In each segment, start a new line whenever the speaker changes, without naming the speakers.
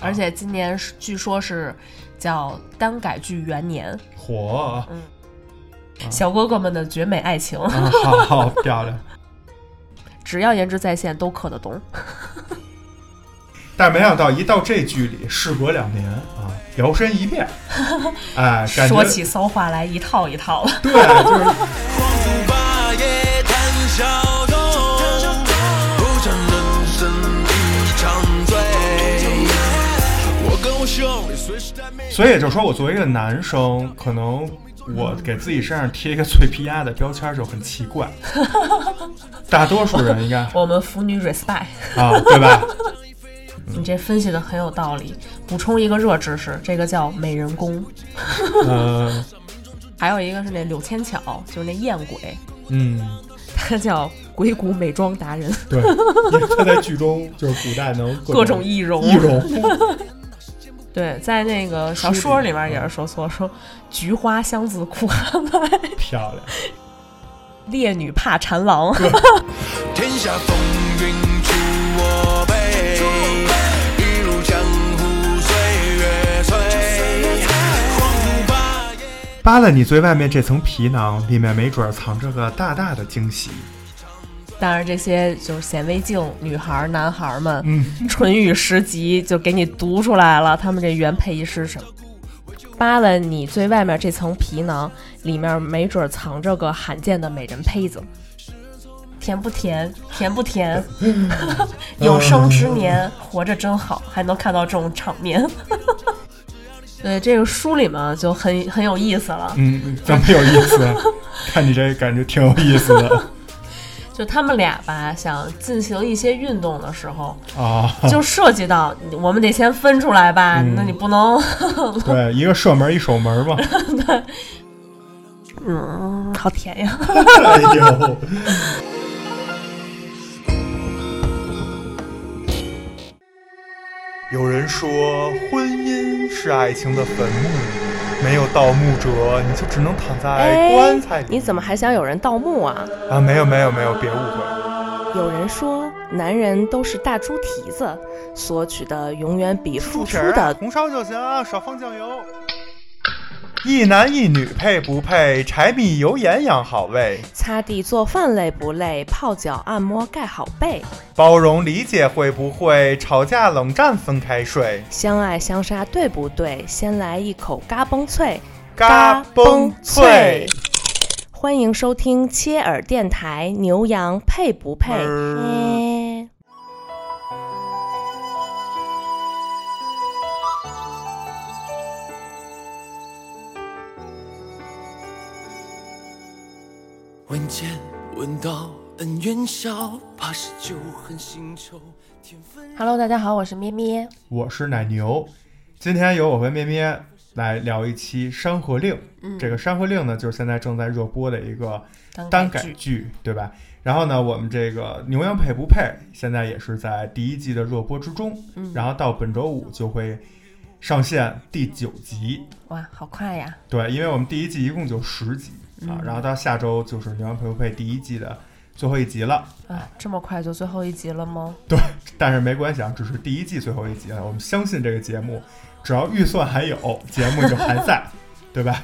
而且今年是据说是叫耽改剧元年，
啊火，
小哥哥们的绝美爱情，
啊，好好漂亮。
只要颜值在线都磕得懂。
但没想到一到这剧里，事隔两年啊，摇身一 变，哎，感觉
说起骚话来一套一套了，
对，就是
光复霸业谈笑中，不尝人生一场醉。我跟我兄弟随时待命。
所以也就是说，我作为一个男生，可能我给自己身上贴一个脆皮鸭的标签就很 奇怪。大多数人应该
我们腐女 respect。
啊，对吧？嗯
你这分析的很有道理。补充一个热知识，这个叫美人弓，
呃，
还有一个是那柳千巧，就是那艳鬼，
嗯，
她叫鬼谷美妆达人，
对，因为他在剧中就是古代能
各种易容。
易容，
对，在那个小说里面也是说错，说菊花香自苦寒来，
漂亮。
烈女怕缠郎。
天下风云出我辈，一如江湖岁月催。光复霸业。
扒了你最外面这层皮囊，里面没准儿藏着个大大的惊喜。
当然，这些就是显微镜女孩儿、男孩儿们，
嗯，
唇语十级就给你读出来了，他们这原配音是什么？扒了你最外面这层皮囊，里面没准藏着个罕见的美人胚子。甜不甜？甜不甜？有生之年活着真好，还能看到这种场面。 对，这个书里面就很很有意思了。
嗯，怎么有意 思？看你这感觉挺有意思的
就他们俩吧，想进行一些运动的时候，
啊。
就涉及到我们得先分出来吧，
嗯
那你不能，
对，一个射门，一守 门嘛。
嗯，好甜呀。
哎呦，有人说，婚姻是爱情的坟墓，没有盗墓者，你就只能躺在哎棺材里。
哎你怎么还想有人盗墓啊？
啊？没有没有没有，别误会。
有人说，男人都是大猪蹄子，索取的永远比付出的。
红烧就行，啊少放酱油。一男一女配不配？柴米油盐养好胃，
擦地做饭累不累？泡脚按摩盖好被。
包容理解会不会？吵架冷战分开睡。
相爱相杀对不对？先来一口嘎嘣脆，
嘎嘣脆！
欢迎收听切耳电台，牛羊配不配？哎
嗯
闻见闻到恩怨笑，八十九恨新仇。天分
Hello，大家好，我是咩咩。
我是奶牛，今天由我和咩咩来聊一期《山河令》。这个《山河令》呢，就是现在正在热播的一个单改剧，对吧？然后呢，我们这个牛羊配不配，现在也是在第一季的热播之中，然后到本周五就会上线第九集。
哇，好快呀！
对，因为我们第一季一共就十集啊，然后到下周就是牛羊配不配第一季的最后一集了。
啊，这么快就最后一集了吗？
对，但是没关系啊，只是第一季最后一集啊。我们相信这个节目，只要预算还有，节目就还在，对吧？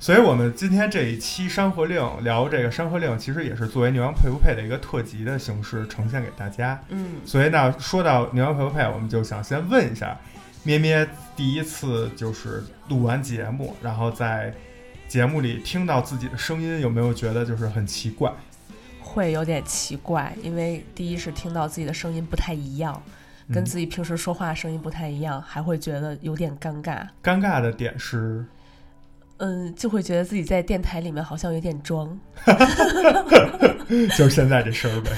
所以，我们今天这一期《山河令》聊这个《山河令》，其实也是作为《牛羊配不配》的一个特辑的形式呈现给大家。
嗯，
所以呢，说到《牛羊配不配》，我们就想先问一下咩咩，第一次就是录完节目，然后在节目里听到自己的声音，有没有觉得就是很奇怪？
会有点奇怪，因为第一是听到自己的声音不太一样，
嗯
跟自己平时说话声音不太一样，还会觉得有点尴尬。
尴尬的点是，
嗯，就会觉得自己在电台里面好像有点装。
就是现在这事儿呗。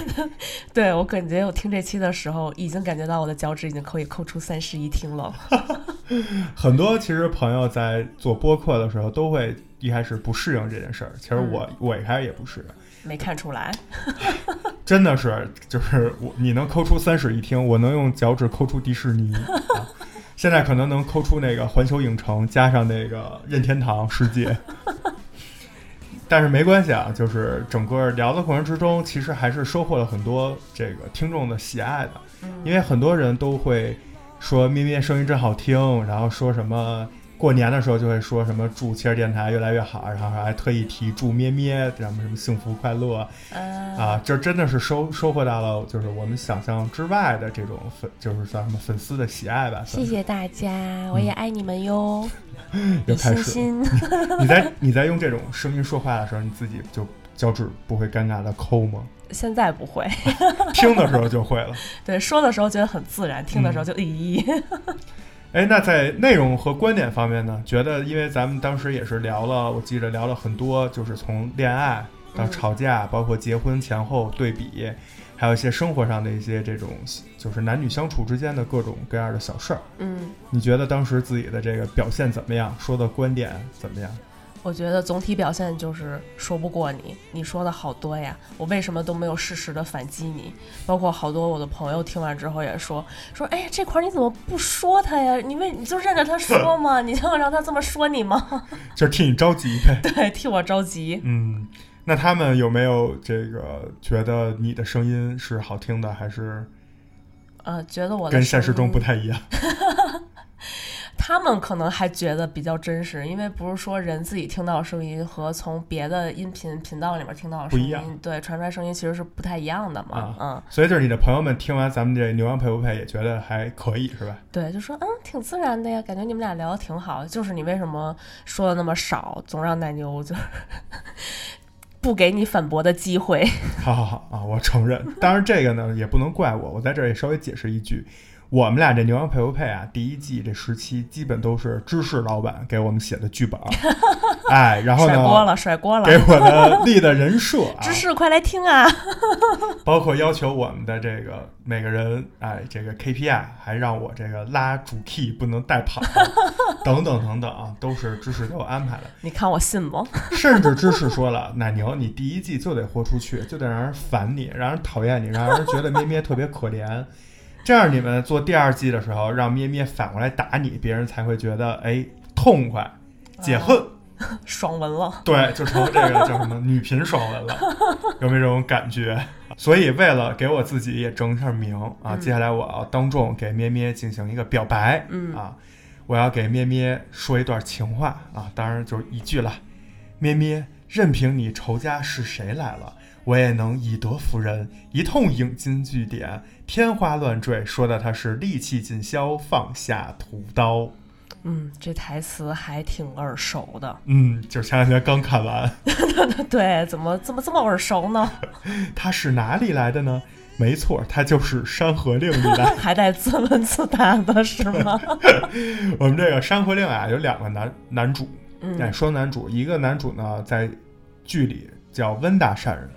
对我感觉我听这期的时候，已经感觉到我的脚趾已经可以抠出三室一厅了。
很多其实朋友在做播客的时候都会一开始不适应这件事儿，其实我、我一开始也不适应，
没看出来，
真的是就是我你能抠出三室一厅，我能用脚趾抠出迪士尼，啊、现在可能能抠出那个环球影城加上那个任天堂世界，但是没关系啊，就是整个聊的过程之中，其实还是收获了很多这个听众的喜爱的，因为很多人都会。说咩咩声音真好听，然后说什么过年的时候就会说什么祝切尔电台越来越好，然后还特意提祝咩咩什么什么幸福快乐啊，这真的是收收获到了就是我们想象之外的这种粉，就是算什么粉丝的喜爱吧。
谢谢大家，我也爱你们哟，
又开
欣
始了，
欣。
你在你在用这种声音说话的时候，你自己就脚趾不会尴尬的抠吗？
现在不会，
听的时候就会了。
对，说的时候觉得很自然，听的时候就咦、
哎，那在内容和观点方面呢？觉得因为咱们当时也是聊了，我记着聊了很多，就是从恋爱到吵架，包括结婚前后对比，还有一些生活上的一些这种，就是男女相处之间的各种各样的小事儿。
嗯，
你觉得当时自己的这个表现怎么样？说的观点怎么样？
我觉得总体表现就是说不过你，你说的好多呀，我为什么都没有适时的反击你？包括好多我的朋友听完之后也说说，哎，这块儿你怎么不说他呀？你为你就任着他说 吗？你就让他这么说你吗？
就是替你着急呗。
对，替我着急。
嗯，那他们有没有这个觉得你的声音是好听的，还是
呃，觉得我的
跟
声
现实中
音
不太一样？
他们可能还觉得比较真实，因为不是说人自己听到的声音和从别的音频频道里面听到的声
不一
音
样，
对传出来声音其实是不太一样的嘛。
啊
嗯，
所以就是你的朋友们听完咱们这牛羊配不配，也觉得还可以是吧？
对，就说嗯，挺自然的呀，感觉你们俩聊的挺好。就是你为什么说的那么少，总让奶牛就是 不给你反驳的机会。
好好好啊，我承认。当然这个呢也不能怪我，我在这儿也稍微解释一句，我们俩这牛羊配不配啊，第一季这十期基本都是芝士老板给我们写的剧 本儿，哎，然后
甩锅
呢。
了，甩锅了
给。啊我的立的人设 啊
芝，士，快来听啊！
包括要求我们的这个每个人，哎，这个 KPI，还让我这个拉主 key 不能带跑，等等等等啊，都是芝士给我安排的。
你看我信不？
甚至芝士说了：“ 奶牛，你第一季就得豁出去，就得让人烦你，让人讨厌你，让人觉得咩咩特别可怜。这样你们做第二季的时候，让咩咩反过来打你，别人才会觉得哎痛快，解恨。
爽文了。
对，就成这个叫什么女频爽文了，有没有这种感觉？所以为了给我自己也争一下名啊，接下来我要当众给咩咩进行一个表白，嗯啊，我要给咩咩说一段情话啊，当然就是一句了，咩咩，任凭你仇家是谁来了。我也能以德服人，一通引经据典，天花乱坠，说的他是力气尽消，放下屠刀。
嗯，这台词还挺耳熟的。
嗯，就前两天刚看完，
对，怎么怎么这么耳熟呢？。
他是哪里来的呢？没错，他就是《山河令》里来
还带自问自答的是吗？
我们这个《山河令》啊，有两个男男主，哎，双男主。一个男主呢，在剧里叫温大善人，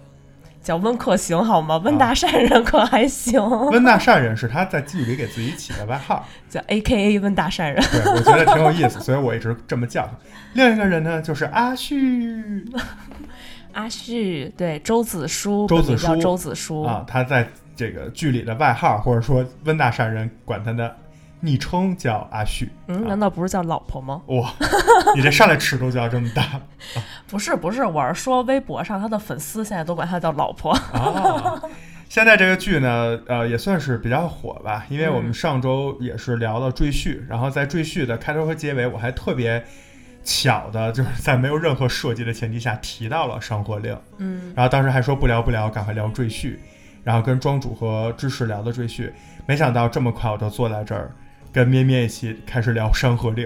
叫温可行好吗？
啊
温大善人可还行，
温大善人是他在剧里给自己起的外号，
叫 A K A 温大善人。
对我觉得挺有意思，所以我一直这么叫他。另一个人呢，就是阿旭
阿旭，对，周子舒，
周子舒
本名叫周子舒，
啊，他在这个剧里的外号，或者说温大善人管他的昵称叫阿旭。啊
嗯，难道不是叫老婆吗？
哇，你这上来尺度就要这么大。
不是，不是，我是说微博上他的粉丝现在都管他叫老婆。
啊， 现在这个剧呢，呃，也算是比较火吧，因为我们上周也是聊了《赘婿》，然后在《赘婿》的开头和结尾，我还特别巧的，就是在没有任何设计的前提下提到了《山河令》，
嗯，
然后当时还说不聊不聊，赶快聊《赘婿》，然后跟庄主和芝士聊的《赘婿》，没想到这么快我就坐在这儿跟咩咩一起开始聊《山河令》。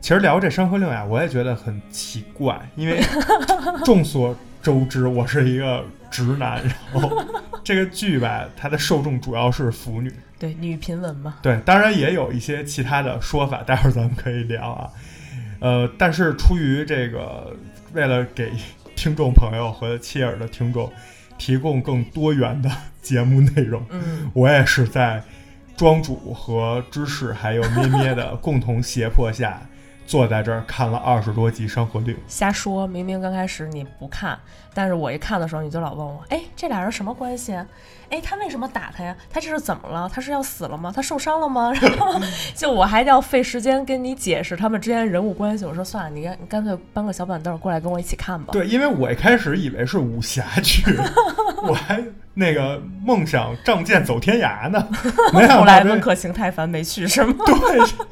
其实聊这《山河令》啊呀，我也觉得很奇怪，因为 众所周知，我是一个直男，然后这个剧吧，它的受众主要是腐女，
对，女频文嘛，
对，当然也有一些其他的说法，待会儿咱们可以聊啊。 呃，但是出于这个，为了给听众朋友和切尔的听众提供更多元的节目内容，
嗯，
我也是在庄主和芝士还有咩咩的共同胁迫下，坐在这儿看了二十多集《山河令》。
瞎说，明明刚开始你不看，但是我一看的时候你就老问我，哎，这俩人什么关系啊？哎，他为什么打他呀？他这是怎么了？他是要死了吗？他受伤了吗？ 然后就我还要费时间跟你解释他们之间人物关系。我说算了，你干你干脆搬个小板凳过来跟我一起看吧。
对，因为我一开始以为是武侠 剧，我还那个梦想仗剑走天 涯呢，没想
后来
到
温
这
客行太烦没去是吗？
对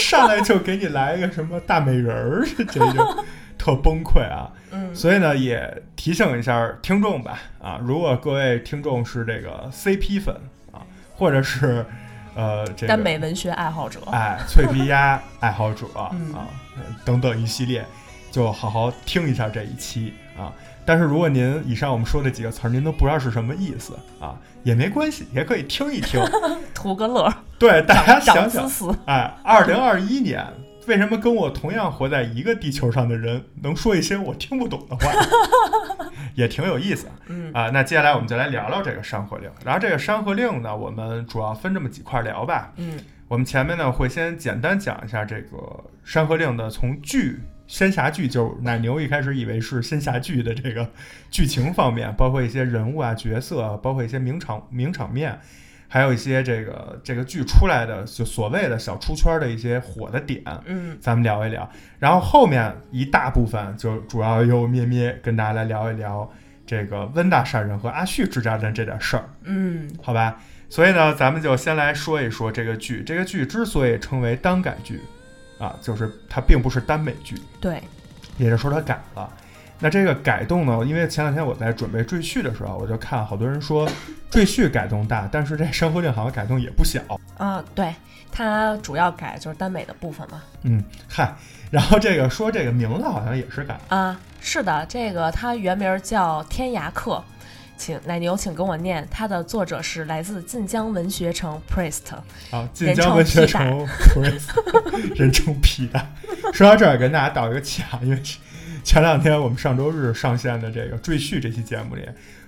上来就给你来一个什么大美人儿，这 就特崩溃啊。
嗯
所以呢，也提醒一下听众吧，啊，如果各位听众是这个 CP 粉啊，或者是呃这个
耽美文学爱好者，
哎脆皮鸭爱好者啊、
嗯
等等一系列，就好好听一下这一期啊。但是如果您以上我们说的几个词儿您都不知道是什么意思啊，也没关系，也可以听 一听。
图个乐儿，
对，大
长
家
长
想
姿
想，
势。
哎，二零二一年，为什么跟我同样活在一个地球上的人能说一些我听不懂的话， 也挺有意思啊。
嗯
啊，那接下来我们就来聊聊这个《山河令》。然后这个《山河令》呢，我们主要分这么几块聊吧。
嗯
我们前面呢会先简单讲一下这个《山河令》的从剧。仙侠剧就是奶牛一开始以为是仙侠剧的这个剧情方面，包括一些人物啊、角色啊，包括一些名场 名场面，还有一些这个这个剧出来的就所谓的小出圈的一些火的点，
嗯，
咱们聊一聊。然后后面一大部分就主要由咩咩跟大家来聊一聊这个温大善人和阿旭之战的这点事儿，
嗯
好吧？所以呢，咱们就先来说一说这个剧。这个剧之所以称为耽改剧，啊，就是它并不是耽美剧，
对，
也就是说它改了。那这个改动呢？因为前两天我在准备赘婿的时候，我就看好多人说赘婿改动大，但是这《山河令》好像改动也不小。
啊对，它主要改就是耽美的部分嘛。
嗯，嗨，然后这个说这个名字好像也是改了，
啊，是的，这个它原名叫《天涯客》，请奶牛，请跟我念，它的作者是来自晋江文学城 Priest。
啊，晋江文学城不是 人称皮蛋。说到这儿，跟大家道一个歉，啊，因为前两天我们上周日上线的这个《赘婿》这期节目里，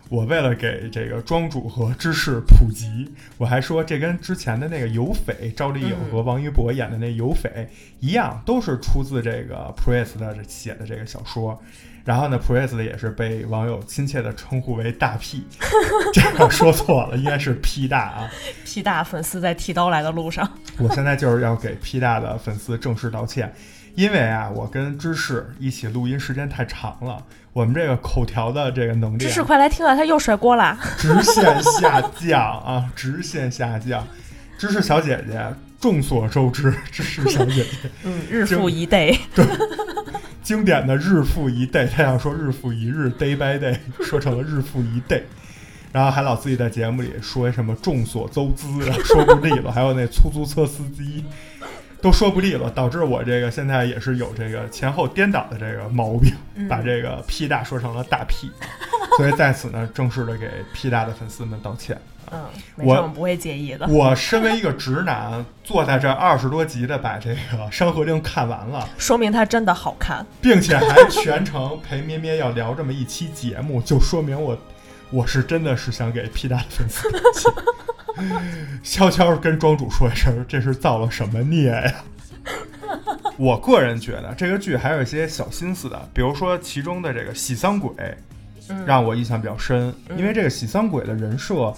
我为了给这个庄主和芝士普及，我还说这跟之前的那个有匪赵丽颖和王一博演的那有匪一样，都是出自这个普瑞斯的写的这个小说。然后呢，普瑞斯也是被网友亲切的称呼为“大屁”， 这个说错了，应该是“屁大”啊。
P 大粉丝在剃刀来的路上，
我现在就是要给 P 大的粉丝正式道歉，因为啊，我跟芝士一起录音时间太长了，我们这个口条的这个能力
芝
啊
士快来听啊，他又甩锅啦！
直线下降啊，直线下降。芝士小姐姐，众所周知，芝士小姐姐
嗯，日
就
复一 day，
经典的日复一 day，他想说日复一日，day by day，说成了日复一 day，然后还老自己在节目里说什么众所周知，然后说不利落，还有那出租车司机都说不利落，导致我这个现在也是有这个前后颠倒的这个毛病，把这个 P 大说成了大 P，所以在此呢，正式的给 P 大的粉丝们道歉。
嗯，没事，
我
我们不会介意的。
我身为一个直男，坐在这二十多集的把这个《山河令》看完了。
说明它真的好看，
并且还全程陪咩咩要聊这么一期节目，就说明我我是真的是想给 P 大的粉丝 道歉，悄悄跟庄主说一声，这是造了什么孽呀？ 我个人觉得这个剧还有一些小心思的，比如说其中的这个喜丧鬼，
嗯
让我印象比较深，因为这个喜丧鬼的人设，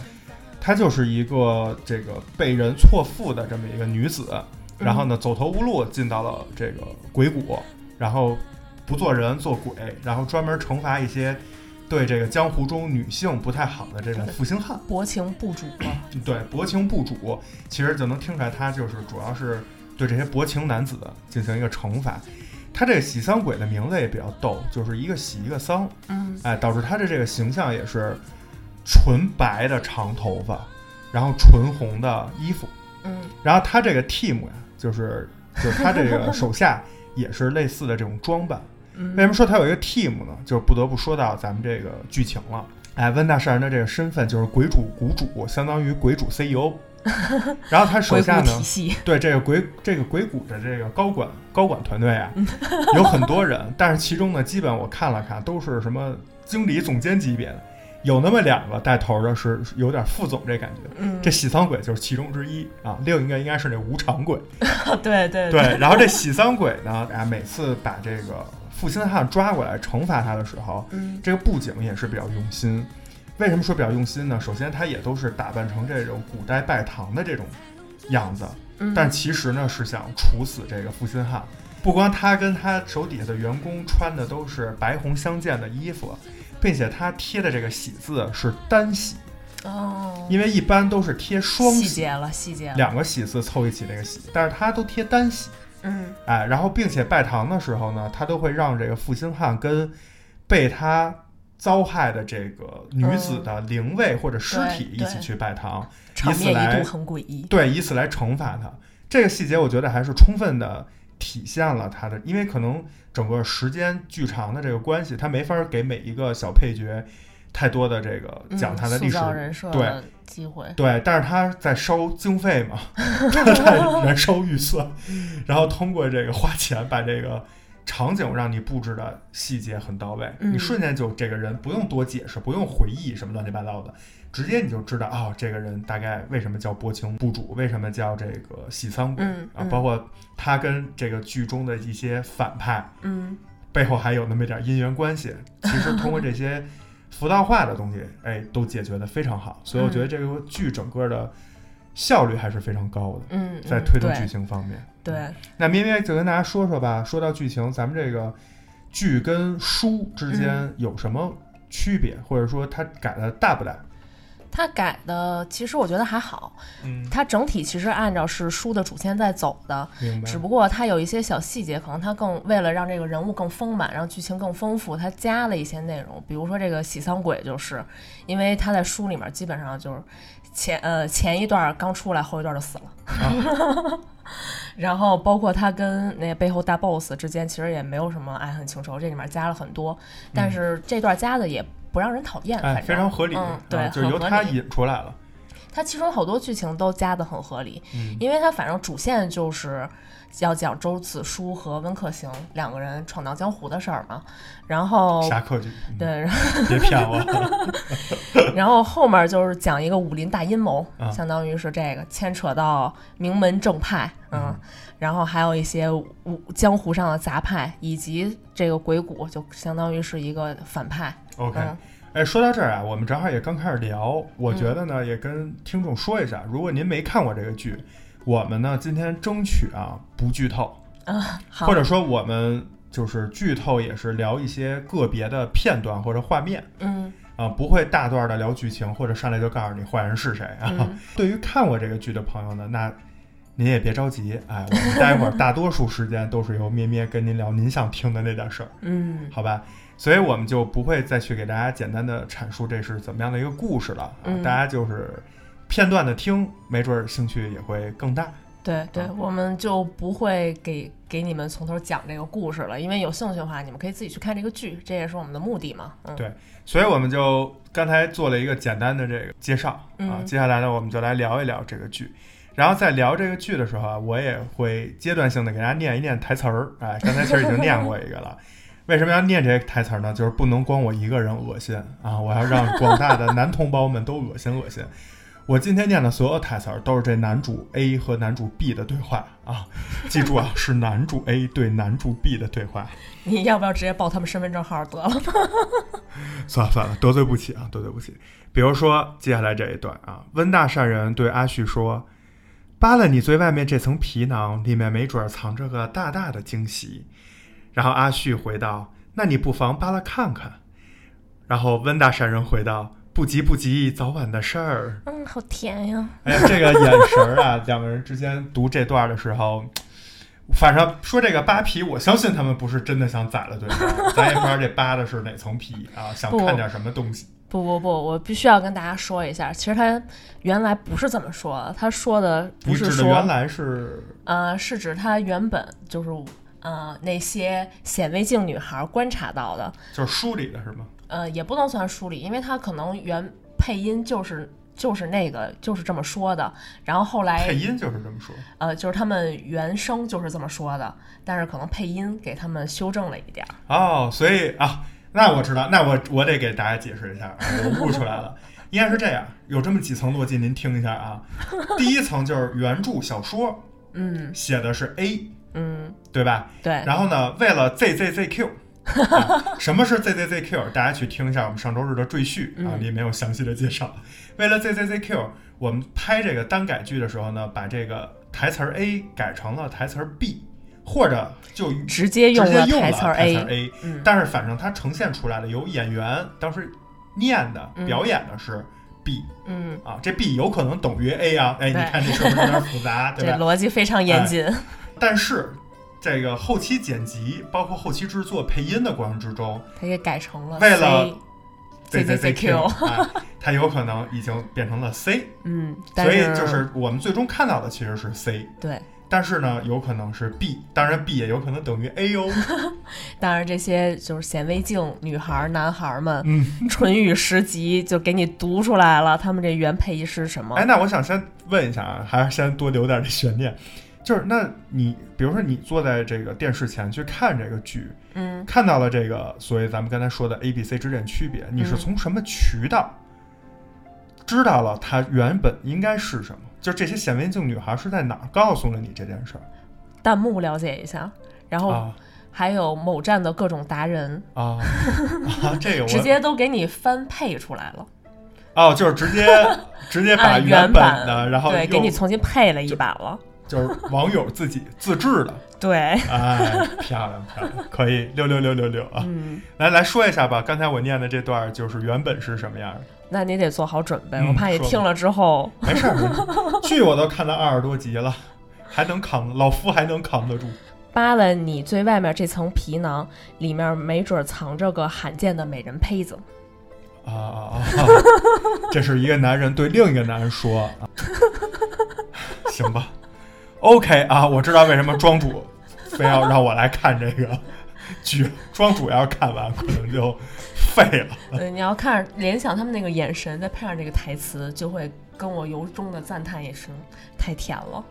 她就是一个这个被人错付的这么一个女子，然后呢走投无路进到了这个鬼谷，然后不做人做鬼，然后专门惩罚一些对这个江湖中女性不太好的这种负心汉。
薄情不主啊，
对，薄情不主，其实就能听出来，他就是主要是对这些薄情男子进行一个惩罚。他这个喜丧鬼的名字也比较逗，就是一个喜一个丧，
嗯，
哎，导致他的这个形象也是纯白的长头发，然后纯红的衣服，
嗯，
然后他这个 team 呀，就是就是他这 个手下也是类似的这种装扮。
嗯
为什么说他有一个 team 呢？就是不得不说到咱们这个剧情了。哎，温大善人的这个身份就是鬼主谷主，相当于鬼主 CEO。然后他手
鬼
下
谷
呢
体，系，
对这个鬼这个鬼谷的这个高管高管团队啊，有很多人，但是其中呢，基本我看了看，都是什么经理、总监级别的，有那么两个带头的是是有点副总这感觉，
嗯
这喜丧鬼就是其中之一啊，另一个应该是那无常鬼，
嗯对对
对，然后这喜丧鬼呢，啊，每次把这个负心汉抓过来惩罚他的时候，
嗯
这个布景也是比较用心。为什么说比较用心呢？首先，他也都是打扮成这种古代拜堂的这种样子，
嗯，
但其实呢是想处死这个负心汉。不光他跟他手底下的员工穿的都是白红相间的衣服，并且他贴的这个喜字是单喜，
哦，
因为一般都是贴双
细
喜，
节了，细节了，
两个喜字凑一起那个喜，但是他都贴单喜。
嗯
哎，然后并且拜堂的时候呢，他都会让这个负心汉跟被他遭害的这个女子的灵位或者尸体
嗯对
一起
对
去拜堂，
场面
来
一度很诡异，
对，以此来惩罚他。这个细节我觉得还是充分的体现了他的，因为可能整个时间剧长的这个关系，他没法给每一个小配角太多的这个
嗯
讲他的历史
塑造人设
对
的机会，
对，但是他在烧经费嘛，他在燃烧预算，然后通过这个花钱把这个场景让你布置的细节很到位，
嗯
你瞬间就这个人不用多解释，不用回忆什么乱七八糟的，直接你就知道哦，这个人大概为什么叫波清部主，为什么叫这个喜仓鬼、
嗯
啊
嗯，
包括他跟这个剧中的一些反派
嗯
背后还有那么一点姻缘关系。其实通过这些符道化 的东西，哎，都解决的非常
嗯
好。所以我觉得这个剧整个的效率还是非常高的，
嗯，
在
嗯
推动
对
剧情嗯方面。
对，
那咩咩就跟大家说说吧，说到剧情，咱们这个剧跟书之间有什么区别，或者说它改的大不大？
他改的其实我觉得还好，
嗯，
它整体其实按照是书的主线在走的，
明白
只。不过它有一些小细节，可能它更为了让这个人物更丰满，让剧情更丰富，它加了一些内容。比如说这个喜丧鬼，就是因为他在书里面基本上就是前呃前一段刚出来，后一段就死了。
啊
然后包括他跟那背后大 boss 之间，其实也没有什么爱恨情仇，这里面加了很多，但是这段加的也不让人讨厌，
嗯哎，
反
非
正
常合理，
嗯对
啊，就是由
很合
他
理
引出来了。
它其中好多剧情都加的很合理，
嗯
因为它反正主线就是要讲周子舒和温客行两个人闯荡江湖的事儿嘛，然后
侠客剧，嗯
哦对，然后
别骗 我。
然后后面就是讲一个武林大阴谋，
啊
相当于是这个牵扯到名门正派，嗯，然后还有一些武江湖上的杂派，以及这个鬼谷，就相当于是一个反派，
OK，
嗯
哎，说到这儿啊，我们正好也刚开始聊，我觉得呢、也跟听众说一下，如果您没看过这个剧，我们呢今天争取啊不剧透，
啊好
或，者说我们就是剧透也是聊一些个别的片段或者画面
嗯
啊、不会大段的聊剧情或者上来就告诉你坏人是谁啊。
嗯
对于看过这个剧的朋友呢，那。您也别着急，哎，我们待会儿大多数时间都是由咩咩跟您聊您想听的那点事儿。
嗯
好吧？所以我们就不会再去给大家简单的阐述这是怎么样的一个故事了，啊
嗯
大家就是片段的听，没准儿兴趣也会更大。
对对
啊，
我们就不会给给你们从头讲这个故事了，因为有兴趣的话，你们可以自己去看这个剧，这也是我们的目的嘛。嗯，
对所以我们就刚才做了一个简单的这个介绍啊，
嗯
接下来呢，我们就来聊一聊这个剧。然后在聊这个剧的时候啊，我也会阶段性的给大家念一念台词儿。哎，刚才其实已经念过一个了。为什么要念这些台词儿呢？就是不能光我一个人恶心啊，我要让广大的男同胞们都恶心恶心。我今天念的所有台词儿都是这男主 A 和男主 B 的对话啊，记住啊，是男主 A 对男主 B 的对话。
你要不要直接报他们身份证号得了？
算了算了，得罪不起啊，得罪不起。比如说接下来这一段啊，温大善人对阿旭说：“扒了你最外面这层皮囊，里面没准儿藏着个大大的惊喜。”然后阿旭回道：“那你不妨扒拉看看。”然后温大善人回道：“不急不急，早晚的事儿。”
嗯， 好甜呀。
哎呀，这个眼神儿啊，两个人之间读这段的时候，反正说这个扒皮，我相信他们不是真的想宰了对方，咱也不知道这扒的是哪层皮啊，想
不
看点什么东西。
不不不，我必须要跟大家说一下，其实他原来不是这么说的，他说的不
你
是
指的原
说，
来是
呃，是指他原本就是呃那些显微镜女孩观察到的，
就是书里的是吗？
呃，也不能算梳理，因为他可能原配音就是就是那个就是这么说的，然后后
配
来
音就是这么说。
呃就是他们原声就是这么说的，但是可能配音给他们修正了一点儿。
哦，所以啊，那我知道，那我我得给大家解释一下啊，我悟出来了，应该是这样，有这么几层逻辑，您听一下啊。第一层就是原著小说
嗯
写的是 A，
嗯，
对吧？
对，
然后呢，为了 ZZZQ，、啊什么是 ZZZQ？大家 去听一下我们上周日的赘婿啊，里面有详细的介绍。为了 ZZZQ，我们拍这个单改剧的时候呢，把这个台词儿 A 改成了台词儿 B，或者就
直接用
直接
了
用了
台词
词
儿 A，
A，
嗯
但是反正它呈现出来的由演员当时念的、
嗯
表演的是 B
嗯，
啊，这 B 有可能等于 A 啊，哎，你
对
看这是不是有点复 杂，
这
对吧？哎
逻辑非常严谨，
但是这个后期剪辑，包括后期制作、配音的过程之中
他给改成了
为了
C，
，ZZZQ，哎，它有可能已经变成了 C，
嗯，但
所以就是我们最终看到的其实是 C，
对，
但是呢，有可能是 B，当然 B 也有可能等于 A 哦。
当然这些就是显微镜女孩儿、男孩儿们，
嗯，
唇语十级就给你读出来了，他们这原配音是什么
哎，？那我想先问一下啊，还是先多留点这悬念。就是，那你比如说你坐在这个电视前去看这个剧，
嗯，
看到了这个所谓咱们刚才说的 A、B、C 之间区别，
嗯
你是从什么渠道知道了它原本应该是什么？就这些显微镜女孩是在哪儿告诉了你这件事儿、
弹幕了解一下，然后
啊
还有某站的各种达人，
啊啊！ 这个我
直接都给你翻配出来了，
哦，就是直 接直接 把
按
原
版
的，然后
对，给
用
你重新配了一版了，
就是网友 自己自制的，
对，
哎，漂亮漂亮，可以六六六六六啊！
嗯，
来来说一下吧，刚才我念的这段儿就是原本是什么样的？
那你得做好准备，
嗯
我怕你听了之后，
没事儿，没事儿剧我都看到二十多集了，还能扛，老夫还能扛得住。
扒了你最外面这层皮囊，里面没准藏着个罕见的美人胚子。
啊啊啊！啊这是一个男人对另一个男人说，啊、 行吧，OK 啊，我知道为什么庄主非要让我来看这个剧，庄主要是看完可能就废了。
呃，你要看联想他们那个眼神，再配上这个台词，就会跟我由衷的赞叹一声：太甜了。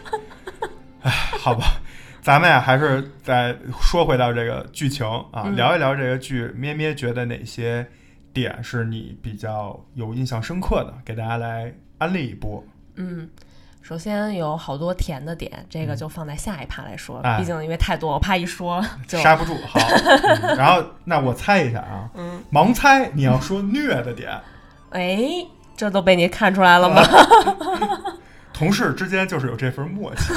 好吧，咱们呀、还是再说回到这个剧情啊，
嗯
聊一聊这个剧。咩咩觉得哪些点是你比较有印象深刻的？给大家来安利一波。
嗯，首先有好多甜的点，这个就放在下一趴来说，
嗯哎
毕竟因为太多，我怕一说就
刹不住， 好。嗯然后那我猜一下啊，
嗯
盲猜你要说虐的点，
哎，这都被你看出来了吗？
同事之间就是有这份默契。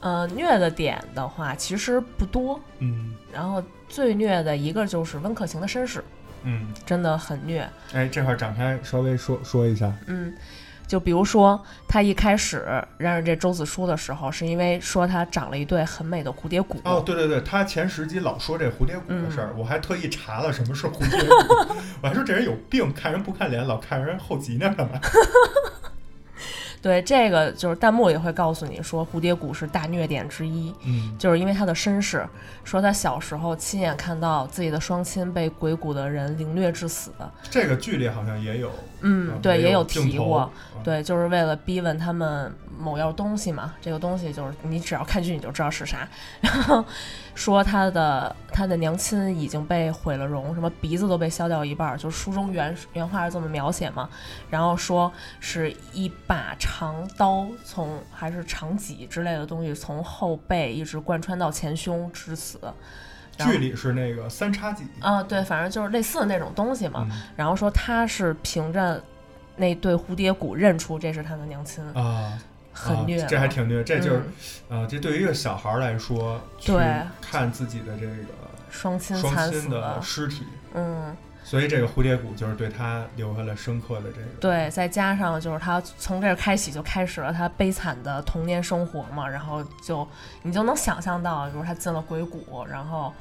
呃，虐的点的话其实不多，
嗯
然后最虐的一个就是温客行的身世，
嗯，
真的很虐。
哎，这块儿展开稍微说说一下。
嗯，就比如说他一开始认识这周子舒的时候，是因为说他长了一对很美的蝴蝶骨。
哦，对对对，他前十集老说这蝴蝶骨的事儿，
嗯
我还特意查了什么是蝴蝶骨， 我还说这人有病，看人不看脸，老看人后脊梁干嘛？
对，这个就是弹幕也会告诉你说，蝴蝶谷是大虐点之一，
嗯
就是因为他的身世，说他小时候亲眼看到自己的双亲被鬼谷的人凌虐致死。
这个剧里好像也有，呃
嗯，对，也
啊有呃
提过。，
对，
对，就是为了逼问他们某样东西嘛，这个东西就是你只要看剧你就知道是啥。然后说他的他的娘亲已经被毁了容，什么鼻子都被削掉一半儿，就是书中原原话是这么描写嘛。然后说是一把长刀从还是长戟之类的东西从后背一直贯穿到前胸致死。然后
剧里是那个三叉戟。
啊，对，反正就是类似的那种东西嘛。
嗯
然后说他是凭着那对蝴蝶骨认出这是他的娘亲，
啊，
很
啊
虐了、
这还挺虐，这就是
嗯
呃，这对于一个小孩儿来说，去
对
看自己的这个
双亲
双
惨死
亲的
了。
尸体，
嗯，
所以这个蝴蝶骨就是对他留下了深刻的这个。
对，再加上就是他从这儿开始就开始了他悲惨的童年生活嘛，然后就你就能想象到，比如他进了鬼谷，然后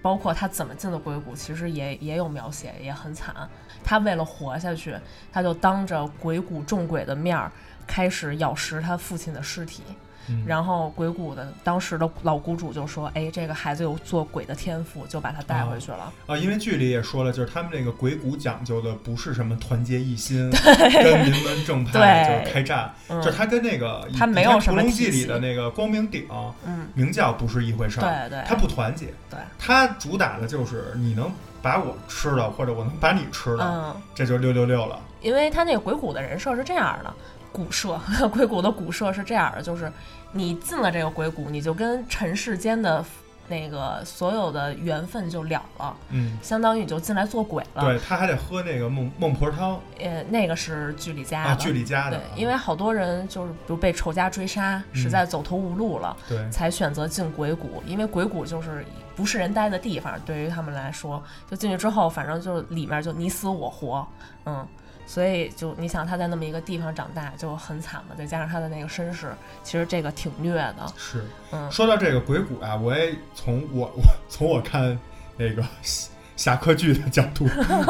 包括他怎么进的鬼谷，其实也也有描写，也很惨。他为了活下去，他就当着鬼谷众鬼的面儿开始咬食他父亲的尸体。
嗯
然后鬼谷的当时的老谷主就说：“哎，这个孩子有做鬼的天赋，就把他带回去了。
啊，因为剧里也说了，就是他们这个鬼谷讲究的不是什么团结一心，跟名门正派
对
就是开战，
嗯
就是他跟那个
他没有什么
《屠龙
体
记》
系
里的那个光明顶、
嗯，
明教不是一回事儿，
对对，
他不团结，
对，
他主打的就是你能把我吃了，或者我能把你吃了，
嗯，
这就是六六六了。
因为他那个鬼谷的人设是这样的，古设 鬼谷的古设是这样的，就是你进了这个鬼谷，你就跟尘世间的那个所有的缘分就了了，
嗯，
相当于你就进来做鬼了。
对，他还得喝那个孟孟婆汤
呃，那个是剧里加的。
啊，剧里加的嗯
对
啊，，
因为好多人就是比如被仇家追杀，实在走投无路了，
对
才选择进鬼谷，因为鬼谷就是不是人待的地方，对于他们来说，就进去之后，反正就是里面就你死我活，嗯，所以就你想他在那么一个地方长大就很惨嘛，再加上他的那个身世，其实这个挺虐的，
是。
嗯
说到这个鬼谷啊，我也从我 我从我看那个侠侠客剧的角 度，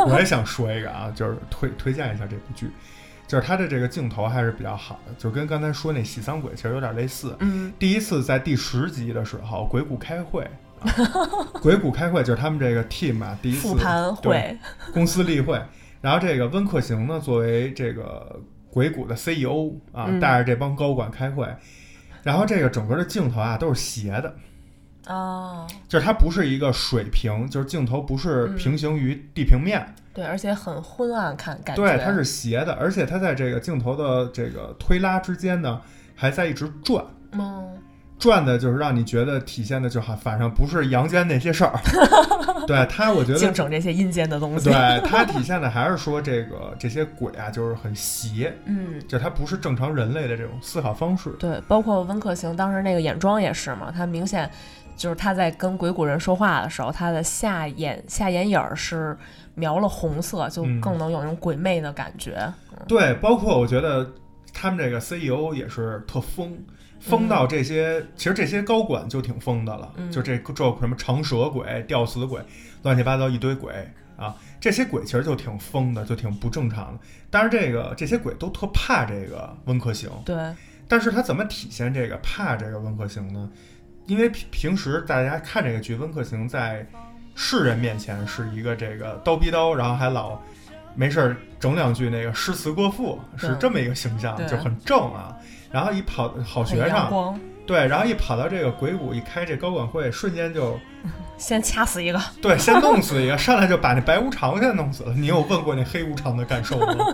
我也想说一个啊，就是推推荐一下这部剧，就是它的这个镜头还是比较好的，就跟刚才说那喜丧鬼其实有点类似。
嗯
第一次在第十集的时候，鬼谷开会。 啊鬼谷开会就是他们这个 team 啊，第一次
复盘
对
会，
公司例会。然后这个温克行呢，作为这个鬼谷的 CEO 啊，
嗯
带着这帮高管开会。然后这个整个的镜头啊都是斜的，
哦，
就是它不是一个水平，就是镜头不是
嗯
平行于地平面，
对，而且很昏暗看感觉，
对，它是斜的，而且它在这个镜头的这个推拉之间呢，还在一直转。
嗯
转的就是让你觉得体现的就好，反正不是阳间那些 事儿，对它，我觉得
净整这些阴间的东西，
对它体现的还是说这个这些鬼啊，就是很邪，
嗯。
就是它不是正常人类的这种思考方式。
对，包括温客行当时那个眼妆也是嘛，他明显就是他在跟鬼谷人说话的时候，他的下眼下眼影儿是描了红色，就
嗯
更能有那种鬼魅的感觉。
对，包括我觉得他们这个 CEO 也是特疯，疯到这些，其实这些高管就挺疯的了，就这这有什么长蛇鬼、吊死鬼、乱七八糟一堆鬼啊，这些鬼其实就挺疯的，就挺不正常的。但是这个这些鬼都特怕这个温客行，
对，
但是他怎么体现这个怕这个温客行呢？因为平平时大家看这个剧，温客行在世人面前是一个这个刀逼刀，然后还老没事儿整两句那个诗词歌赋，是
对
这么一个形象，
对
就很正啊。然后一跑好
很
学
阳
生，啊
光，
对，然后一跑到这个鬼谷一开这高管会，瞬间就
先掐死一个。
对，先弄死一个，上来就把那白无常先弄死了。你有问过那黑无常的感受 吗？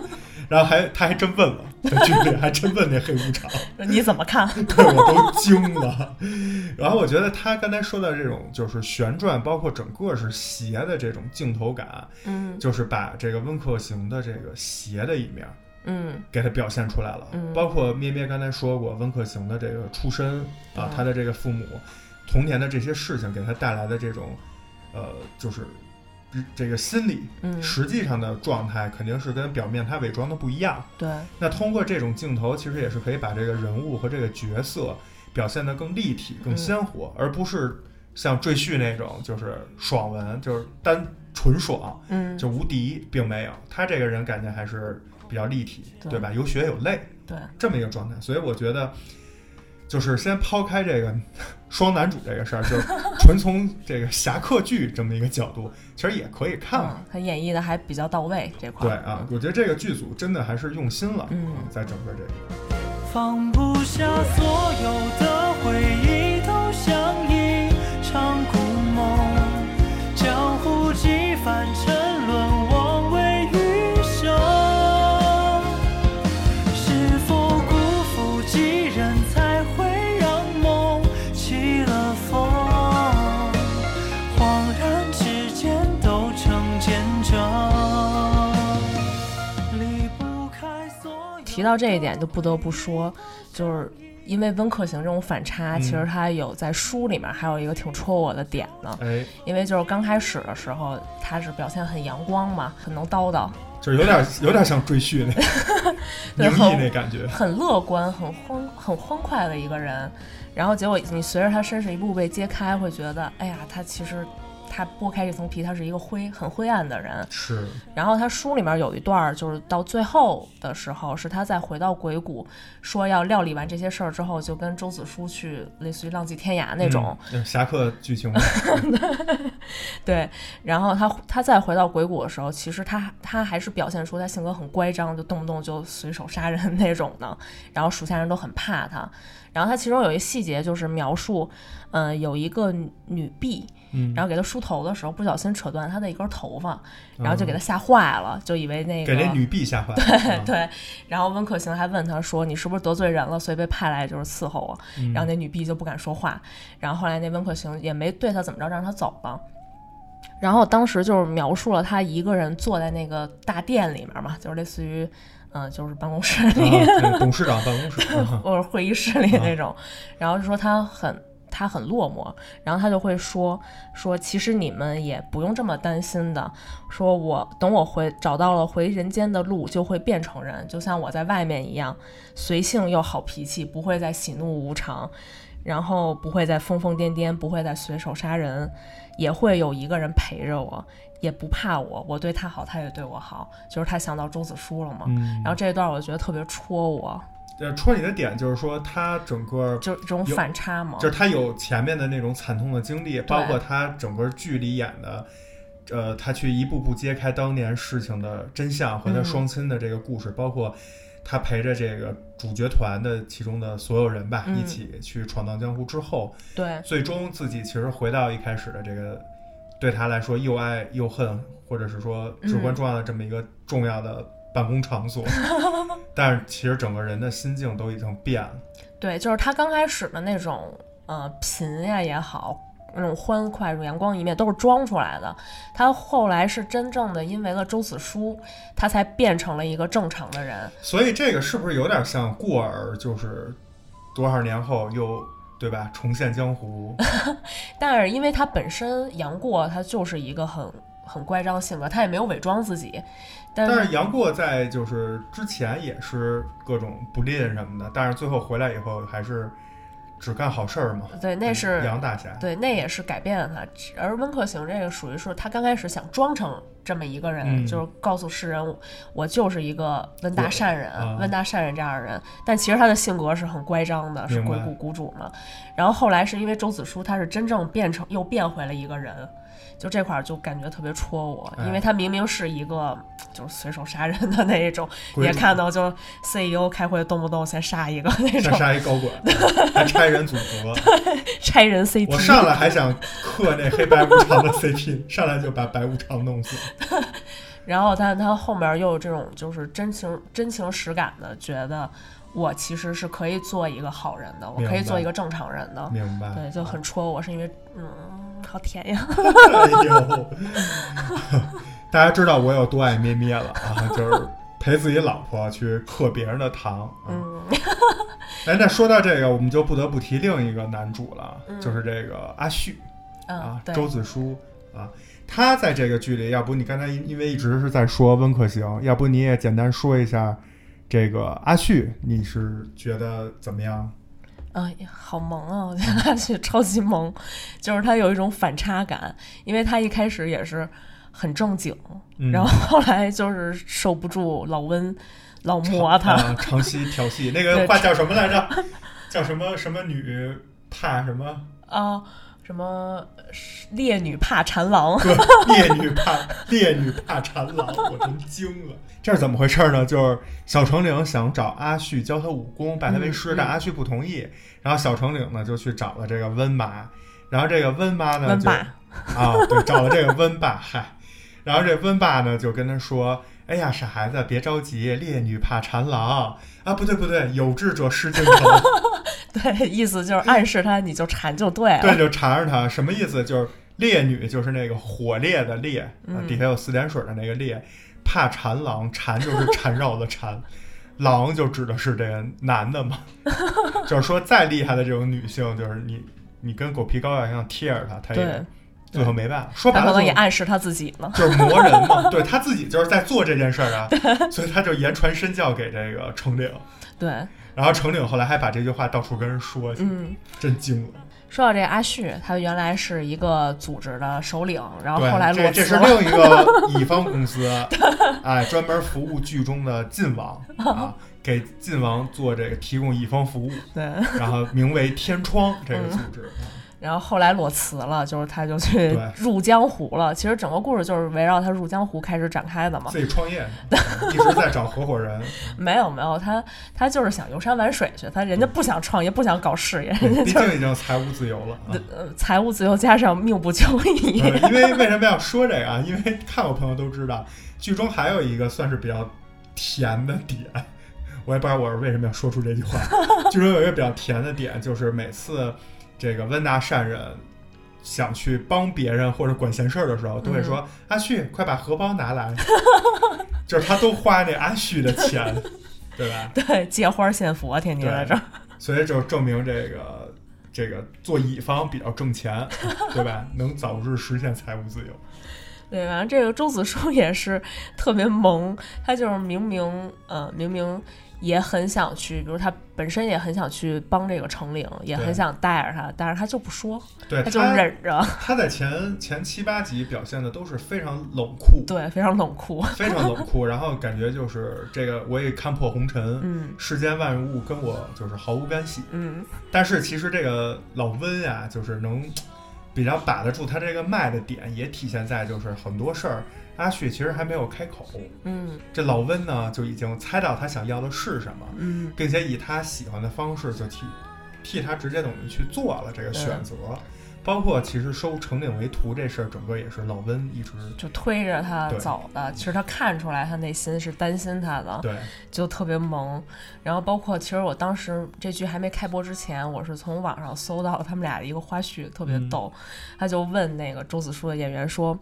然后还他还真问了，在剧里还真问那黑无常。
你怎么看？
对我都惊了。 然后我觉得他刚才说到这种就是旋转，包括整个是斜的这种镜头感，
嗯
就是把这个温客行的这个斜的一面
嗯，
给它表现出来了。
嗯
包括咩咩刚才说过，温客行的这个出身啊
嗯，
他的这个父母童年的这些事情给他带来的这种，呃，就是。这个心理，
嗯
实际上的状态肯定是跟表面他伪装的不一样。
对，
那通过这种镜头，其实也是可以把这个人物和这个角色表现得更立体、更
嗯
鲜活，而不是像赘婿那种就是爽文，就是单纯爽
嗯
就无敌，并没有。他这个人感觉还是比较立体，
对
对吧？有血有泪
对，
这么一个状态，所以我觉得。就是先抛开这个双男主这个事 儿，就是纯从这个侠客剧这么一个角度，其实也可以看看。
嗯，他演绎的还比较到位这块。
对啊，，我觉得这个剧组真的还是用心了，啊
嗯
在整个这个。
放不下所有的回忆，都像一场苦梦，江湖几番沉沦，枉为余生。是否辜负几人，才会让梦起了风？恍然之间，都成见证。离不开所有。
提到这一点，就不得不说，就是因为温客行这种反差，
嗯
其实他有在书里面还有一个挺戳我的点呢。
哎，
因为就是刚开始的时候，他是表现很阳光嘛，很能叨叨，
就是有点有点像赘婿那个
对
宁毅那感觉。
很乐观，很欢很欢快的一个人。然后结果你随着他身世一步步被揭开，会觉得，哎呀，他其实他剥开这层皮，他是一个灰很灰暗的人。
是，
然后他书里面有一段儿，就是到最后的时候，是他在回到鬼谷，说要料理完这些事儿之后，就跟周子舒去类似于浪迹天涯那种。
嗯侠客剧情 嘛，
对，然后他他再回到鬼谷的时候，其实他他还是表现出他性格很乖张，就动不动就随手杀人那种的。然后属下人都很怕他。然后他其中有一细节就是描述，嗯、有一个女女婢，
嗯
然后给他梳头的时候不小心扯断他的一根头发，然后就给他吓坏了，就以为那个
嗯给那女婢吓坏了。啊
对，然后温可行还问他说：“你是不是得罪人了，所以被派来就是伺候啊我？”
嗯
然后那女婢就不敢说话，然后后来那温可行也没对他怎么着，让他走了。然后当时就是描述了他一个人坐在那个大殿里面嘛，就是类似于，嗯、就是办公室里、
啊对董事长办 公室，啊
或者会议室里那种，然后就说他很他很落寞，然后他就会说说其实你们也不用这么担心的，说我等我回找到了回人间的路，就会变成人，就像我在外面一样，随性又好脾气，不会再喜怒无常，然后不会再疯疯癫癫，不会再随手杀人，也会有一个人陪着我。也不怕我，我对他好，他也对我好，就是他想到周子舒了嘛。
嗯
然后这一段我觉得特别戳我，
呃，戳你的点就是说他整个
就是这种
有
反差嘛。
就是他有前面的那种惨痛的经历，包括他整个剧里演的，呃，他去一步步揭开当年事情的真相和他
嗯
双亲的这个故事，包括他陪着这个主角团的其中的所有人吧，
嗯
一起去闯荡江湖之后，
对，
最终自己其实回到一开始的这个对他来说又爱又恨，或者是说至
嗯
关重要的这么一个重要的办公场所， 但是其实整个人的心境都已经变了。
对，就是他刚开始的那种呃贫呀也好，那种欢快、阳光一面都是装出来的。他后来是真正的因为了周子舒，他才变成了一个正常的人。
所以这个是不是有点像过儿？就是多少年后又对吧，重现 江湖？
但是因为他本身杨过他就是一个很很乖张的性格，他也没有伪装自己。但
但是杨过在就是之前也是各种不吝什么的，但是最后回来以后还是只干好事儿嘛。
对，那是
杨大侠。
对，那也是改变了他。而温客行这个属于是他刚开始想装成这么一个人，
嗯
就是告诉世人我我就是一个温大善人、
啊
温大善人这样的人，但其实他的性格是很乖张的，是
明白
鬼谷谷主嘛。然后后来是因为周子舒，他是真正变成又变回了一个人。就这块儿就感觉特别戳我，因为
哎
他明明是一个就是随手杀人的那一种，你
鬼
也
谷
看到就 CEO 开会动不动先杀一个那
先
种
杀一高管，还拆人组 合。
拆人 CT。
我上来还想克那黑白无常的 CP，上来就把白无常弄死。
然后但他后面又有这种就是真情真情实感的，觉得我其实是可以做一个好人的，我可以
明白
做一个正常人的，
明白？
对，就很戳我，是因为嗯，好甜呀，
哎呦， 大家知道我有多爱咩咩了啊，就是陪自己老婆去嗑别人的糖。嗯，哎，那说到这个，我们就不得不提另一个男主了，就是这个阿旭
嗯
啊，，
对，
周子舒啊。他在这个剧里，要不你刚才因因为一直是在说温客行，要不你也简单说一下这个阿旭，你是觉得怎么样？
嗯，好萌啊，我 觉得他是超级萌，就是他有一种反差感，因为他一开始也是很正经，
嗯
然后后来就是受不住老温老磨他，
啊，长期调戏那个
对
话叫什么来着？叫什么什么女怕什么？
啊，什么烈女怕缠郎，
对， 烈女怕烈女怕缠郎，我真惊了。这是怎么回事呢？就是小成岭想找阿旭教他武功，拜他
嗯
为师，但阿旭不同意。然后小成岭呢就去找了这个温妈，然后这个温妈呢
温
就
爸
啊，对，找了这个温爸，嗨。然后这温爸呢就跟他说：“哎呀，傻孩子，别着急，烈女怕缠郎啊，不对不对，有志者事竟成。”
对，意思就是暗示他你就缠就对了。
对，就缠着他，什么意思？就是烈女，就是那个火烈的烈，啊
嗯
底下有四点水的那个烈，怕缠郎，缠就是缠绕的缠，郎就指的是这个男 的嘛，就是说再厉害的这种女性，就是你你跟狗皮膏药一样贴着她，她也
对
最后没办法，哎说白
他可
了
能也
就是
暗示他自己了。
就是磨人嘛，对他自己就是在做这件事儿啊，所以他就言传身教给这个程岭，
对，
然后程岭后来还把这句话到处跟人说去，
嗯，
真惊了。
说到这个阿旭，他原来是一个组织的首领，然后
对
后来
这
裸
这
辞
是
了。
另一个 乙方公司，哎，专门服务剧中的晋王啊，给晋王做这个提供乙方服务，
对，
然后名为天窗这
嗯
个组织。
然后后来裸辞了，就是他就去
对
入江湖了。其实整个故事就是围绕他入江湖开始展开的嘛。
自己创业，嗯一直在找合 伙人，
没有没有，他他就是想游山玩水去，他人家不想创业，不想搞事业，人家
毕竟已经财务自由了啊。
呃财务自由加上命不久矣。
嗯因为为什么要说这个啊？因为看过朋友都知道，剧中还有一个算是比较甜的点，我也不知道我是为什么要说出这句话。剧中有一个比较甜的点，就是每次这个温大善人想去帮别人或者管闲事儿的时候，都会
嗯
说：“阿旭，快把荷包 拿来。”就是他都花那阿旭的钱，对吧？
对，借花献佛，天天在这儿。
所以就证明这个这个做乙方比较挣钱，对吧？能早日实现财务自由。
对，反正这个周子舒 也是特别萌，他就是明明呃明明也很想去，比如他本身也很想去帮这个程玲，也
对
很想带着他，但是他就不说，
对
他就忍着，
他在前前七八集表现的都是非常冷酷，
对，非常冷酷。
非常冷酷， 然后感觉就是这个我也看破红尘，
嗯
世间万物跟我就是毫无干系。
嗯，
但是其实这个老温啊，就是能比较把得住他这个脉的点，也体现在就是很多事儿，阿旭其实还没有开口，
嗯
这老温呢就已经猜到他想要的是什么，
嗯，
并且以他喜欢的方式就替替他直接等于去做了这个选择。包括其实收程鼎为徒这事儿，整个也是老温一直
就推着他
对
走的。其实他看出来他内心是担心他的，
对
就特别萌。然后包括其实我当时这剧还没开播之前，我是从网上搜到了他们俩的一个花絮，特
嗯
别逗。他就问那个周子舒的演员说。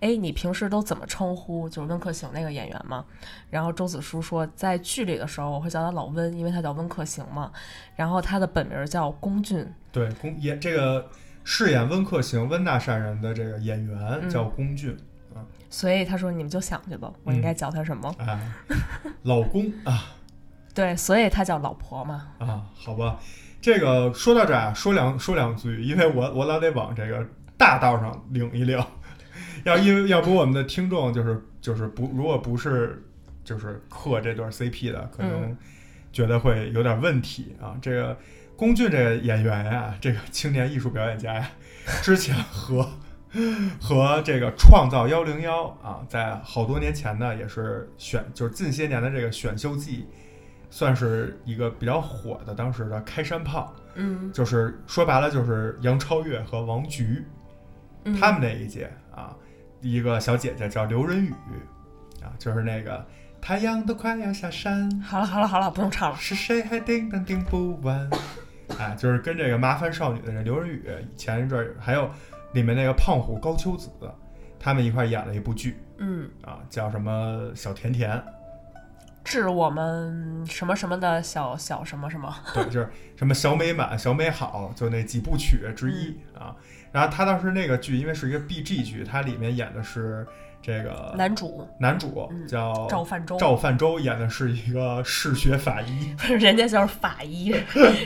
哎，你平时都怎么称呼？就是温客行那个演员嘛。然后周子舒说，在剧里的时候我会叫他老温，因为他叫温客行嘛。然后他的本名叫龚俊，
对，龚也这个饰演温客行温大善人的这个演员叫龚俊、
所以他说你们就想去吧，我应
嗯
该叫他什么？
哎，老公啊
对，所以他叫老婆嘛。
啊，好吧，这个说到这儿啊，说两说两句，因为我我老得往这个大道上领一领，要因为要不我们的听众就是就是不如果不是就是嗑这段 CP 的，可能觉得会有点问题啊。这个龚俊这个演员呀、这个青年艺术表演家呀、之前和和这个创造幺零幺啊，在好多年前呢，也是选就是近些年的这个选秀季，算是一个比较火的当时的开山炮，
嗯
就是说白了就是杨超越和王菊
嗯
他们那一届啊，一个小姐姐叫刘仁雨啊，就是那个太阳都快要下山，
好了好了好了，不用唱了。
是谁还叮当叮不完？哎，就是跟这个麻烦少女的这刘仁宇前一阵儿还有里面那个胖虎高秋子，他们一块儿演了一部剧
嗯，
啊，叫什么小甜甜，
致我们什么什么的小小什么什么。
对，就是什么小美满、小美好，就那几部曲之一、
嗯
啊。然后他当时那个剧，因为是一个 B G 剧，它里面演的是这个
男主嗯
男主叫
赵范周
呃哦赵范周演的是一个嗜血法医，
人家就是法医，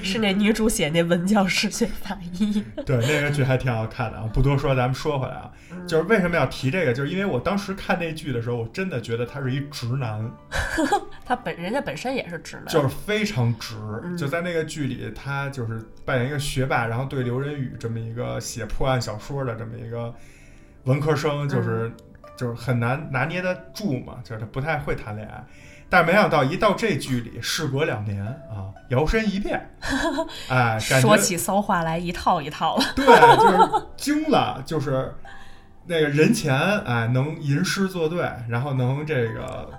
是那女主写那文叫嗜血法医。
对，那个剧还挺好看的啊，不多说，咱们说回来啊，
嗯
就是为什么要提这个，就是因为我当时看那剧的时候，我真的觉得他是一直男，
他本人家本身也是直男，
就是非常直，
嗯
就在那个剧里，他就是扮演一个学霸，然后对刘仁宇这么一个写破案小说的这么一个文科生，
嗯
就是、就是很难拿捏得住嘛，就是他不太会谈恋爱。但没想到一到这剧里，事隔两年啊，摇身 一变，哎，感觉
说起骚话来一套一套了。
对，就是惊了，就是那个人前哎能吟诗作对，然后能这个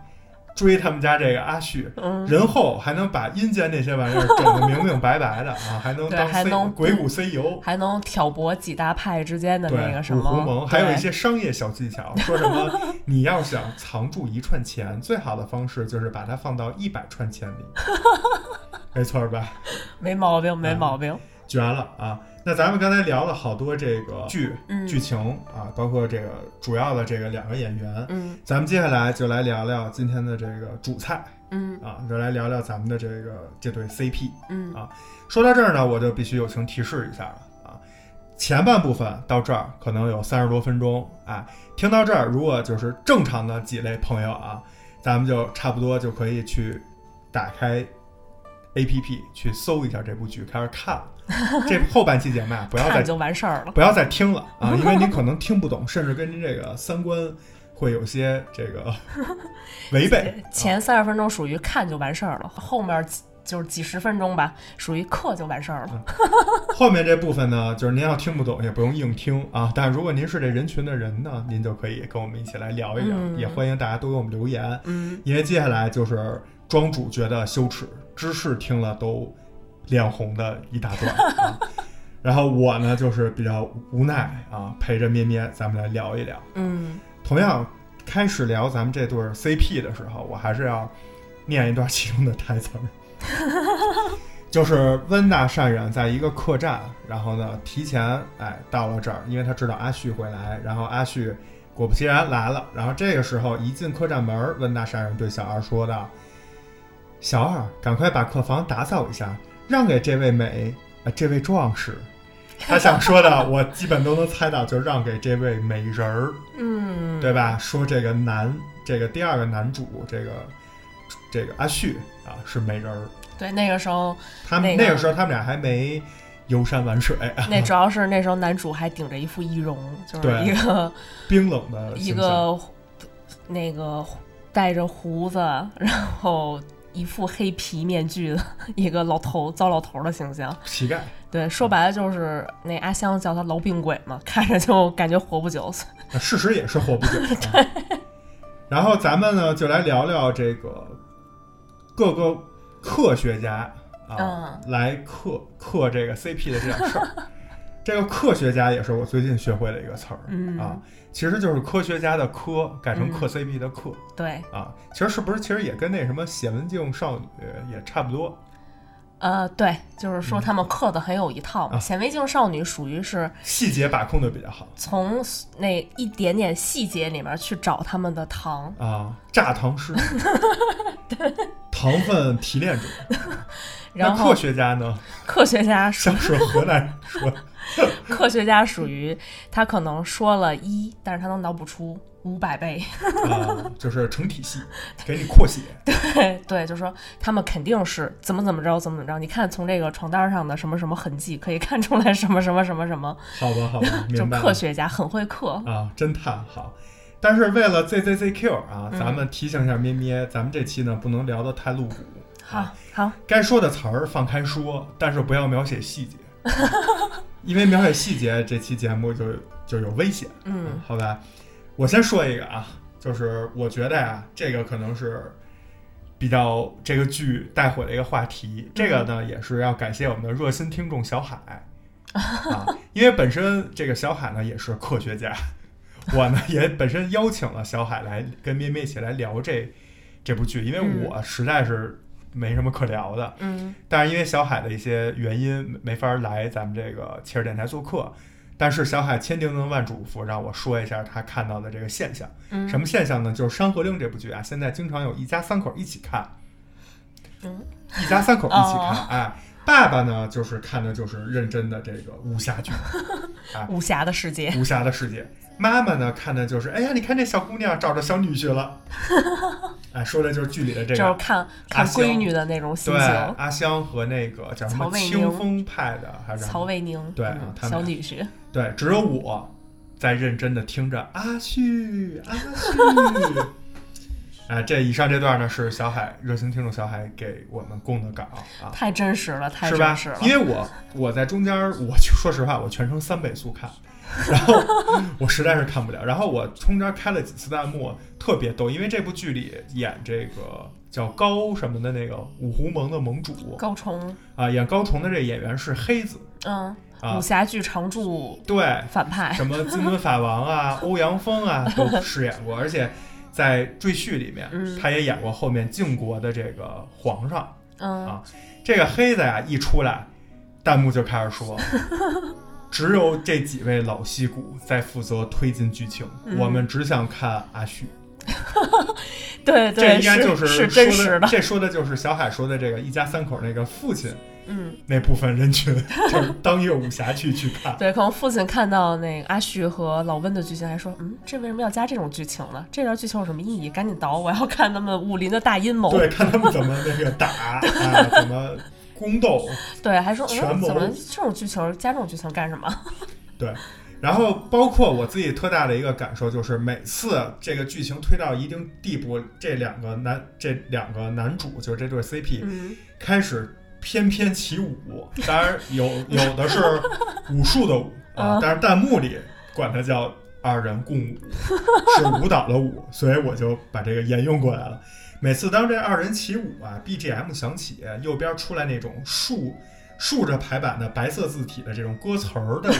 追他们家这个阿旭，
嗯
人后还能把阴间那些玩意儿整得明明白白的啊，还 能
对
当
还
C
能
鬼谷 CEO。
还能挑拨几大派之间的
对
那个，什
五
么，
湖盟，还有一
对
些商业小技巧，说什 么你要想藏住一串钱，最好的方式就是把它放到一百串钱 里，没错儿吧？
没毛病，
嗯
没毛病。
绝了啊！那咱们刚才聊了好多这个剧、
嗯
剧情啊，包括这个主要的这个两个演员，
嗯
咱们接下来就来聊聊今天的这个主菜
嗯
啊，就来聊聊咱们的这个这对 CP。
嗯
啊说到这儿呢，我就必须友情提示一下了啊，前半部分到这儿可能有三十多分钟，哎，听到这儿，如果就是正常的几类朋友啊，咱们就差不多就可以去打开 A P P 去搜一下这部剧，开始看 了。这后半期节目啊，不要
看
再
就完事儿了。
不要再听了啊，因为你可能听 不懂，甚至跟您这个三观会有些这 个违背。啊
前三十分钟属于看就完事儿了，后面几就是几十分钟吧，属于课就完事儿了。
后面这部分呢，就是您要听不懂也不用硬听啊。但如果您是这人群的人呢，您就可以跟我们一起来聊一聊，
嗯
也欢迎大家多给我们留言，
嗯，
因为接下来就是庄主觉得羞耻，芝士听了都脸红的一大 段。啊然后我呢，就是比较无奈啊，陪着咩咩，咱们来聊一聊。
嗯，
同样开始聊咱们这对儿 CP 的时候，我还是要念一段其中的台词儿，就是温大善忍在一个客栈，然后呢提前哎到了这儿，因为他知道阿旭会来，然后阿旭果不其然来了，然后这个时候一进客栈门儿，温大善忍对小二说道：“小二，赶快把客房打扫一下，让给这位美呃这位壮士。”他想说的，我基本都能猜到，就是让给这位美人儿。
嗯，
对吧？说这个男，这个第二个男主，这个这个阿旭啊，是美人儿。
对，那个时候，
他们
那个
个时候，他们俩还没游山玩水，啊
那主要是那时候男主还顶着一副易容，就是
对
一个
冰冷的
一
形象。
个那个带着胡子，然后一副黑皮面具的一个老头糟老头的形象。
乞丐。
对，说白了就是那阿香叫他痨病鬼嘛，看着就感觉活不久。
啊事实也是活不久。啊、然后咱们呢，就来聊聊这个各个科学家啊，
嗯
来刻刻这个 CP 的这点事儿。 这个科学家也是我最近学会的一个词儿、
嗯
啊，其实就是科学家的科改成
嗯
克 CP 的克、
对，
啊，其实是不是其实也跟那什么写文静少女也差不多？
呃，对，就是说他们刻的很有一套嘛。
嗯啊
显微镜少女属于是
细节把控的比较好
从那一点点细节里面去找他们的糖。
啊，榨 糖师，糖分提炼者。
然
那
后
科学家呢，
科学家属
像是河南人说的，
科学家属于他可能说了一，但是他能脑补出五百倍。
啊，就是成体系，给你扩写。
对，就说他们肯定是怎么怎么着，怎么怎么着。你看从这个床单上的什么什么痕迹，可以看出来什么什么什么什么，
好吧，好吧，
就
明白了
科学家很会刻。
啊，侦探好。但是为了 ZZZQ 啊，
嗯
咱们提醒一下咩咩，咱们这期呢不能聊得太露骨，
好好，
该说的词儿放开说，但是不要描写细节， 因为描写细节这期节目就就有危险。
嗯，
好吧，我先说一个啊，就是我觉得呀、这个可能是比较这个剧带火的一个话题。这个
嗯
呢，也是要感谢我们的热心听众小海啊，因为本身这个小海呢也是科学家， 我呢也本身邀请了小海来跟咩咩一起来聊这这部剧，因为
嗯
我实在是没什么可聊的，
嗯，
但是因为小海的一些原因没法来咱们这个切尔电台做客，但是小海千叮咛万嘱咐让我说一下他看到的这个现象。
嗯
什么现象呢？就是《山河令》这部剧啊，现在经常有一家三口一起看，
嗯
一家三口一起看。
哦
哎，爸爸呢就是看的就是认真的这个武侠 剧，
武侠的世界，
武侠的世界。妈妈呢看的就是，哎呀，你看这小姑娘找着小女 婿了，哎，说的就是剧里的这
就
个
是看看
香
闺女的那种心
对啊
情。
阿香和那个叫什么
曹魏宁
清风派的还是什么
曹魏宁，
对
嗯
啊他们
小女婿，
对，只有我在认真的听着阿旭阿旭。 哎，这以上这段呢是小海热心听众小海给我们供的稿啊，
太真实了，太
是
真
吧
实了。？
因为我我在中间，我就说实话，我全程三倍速看， 然后我实在是看不了。然后我中间开了几次弹幕，特别逗，因为这部剧里演这个叫高什么的那个五湖盟的盟主
高崇，
啊，演高崇的这演员是黑子
嗯，
啊
武，侠剧常驻
对，
反派，
什么金轮法王啊、欧阳锋啊都饰演过，而且在《赘婿》里面，
嗯
他也演过后面晋国的这个皇上。
嗯
啊，这个黑子呀、一出来，弹幕就开 始说，只有
嗯
这几位老戏骨在负责推进剧情，我们只想看阿旭。
对
这
对，
应该就是说
真实
的，这说的就是小海说的这个一家三口那个父亲
嗯，
那部分 人群，就是当夜武侠剧去看。
对，可能父亲看到那个阿旭和老温的剧情，还说，嗯，这为什么要加这种剧情呢？这段剧情有什么意义？赶紧倒，我要看他们武林的大阴谋。
对，看他们怎么那个打啊，怎么宫斗。
对还说，
权
嗯，
谋
怎么这种剧情加这种剧情干什么？
对，然后包括我自己特大的一个感受就是，每次这个剧情推到一定地步，这两个男这两个男主就是这对 CP、
嗯，
开始翩翩起舞，当然有有的是武术的舞啊
啊，
但是弹幕里管它叫二人共舞，是舞蹈的舞，所以我就把这个沿用过来了。每次当这二人起舞啊，BGM 响起，右边出来那种竖竖着排版的白色字体的这种歌词儿的，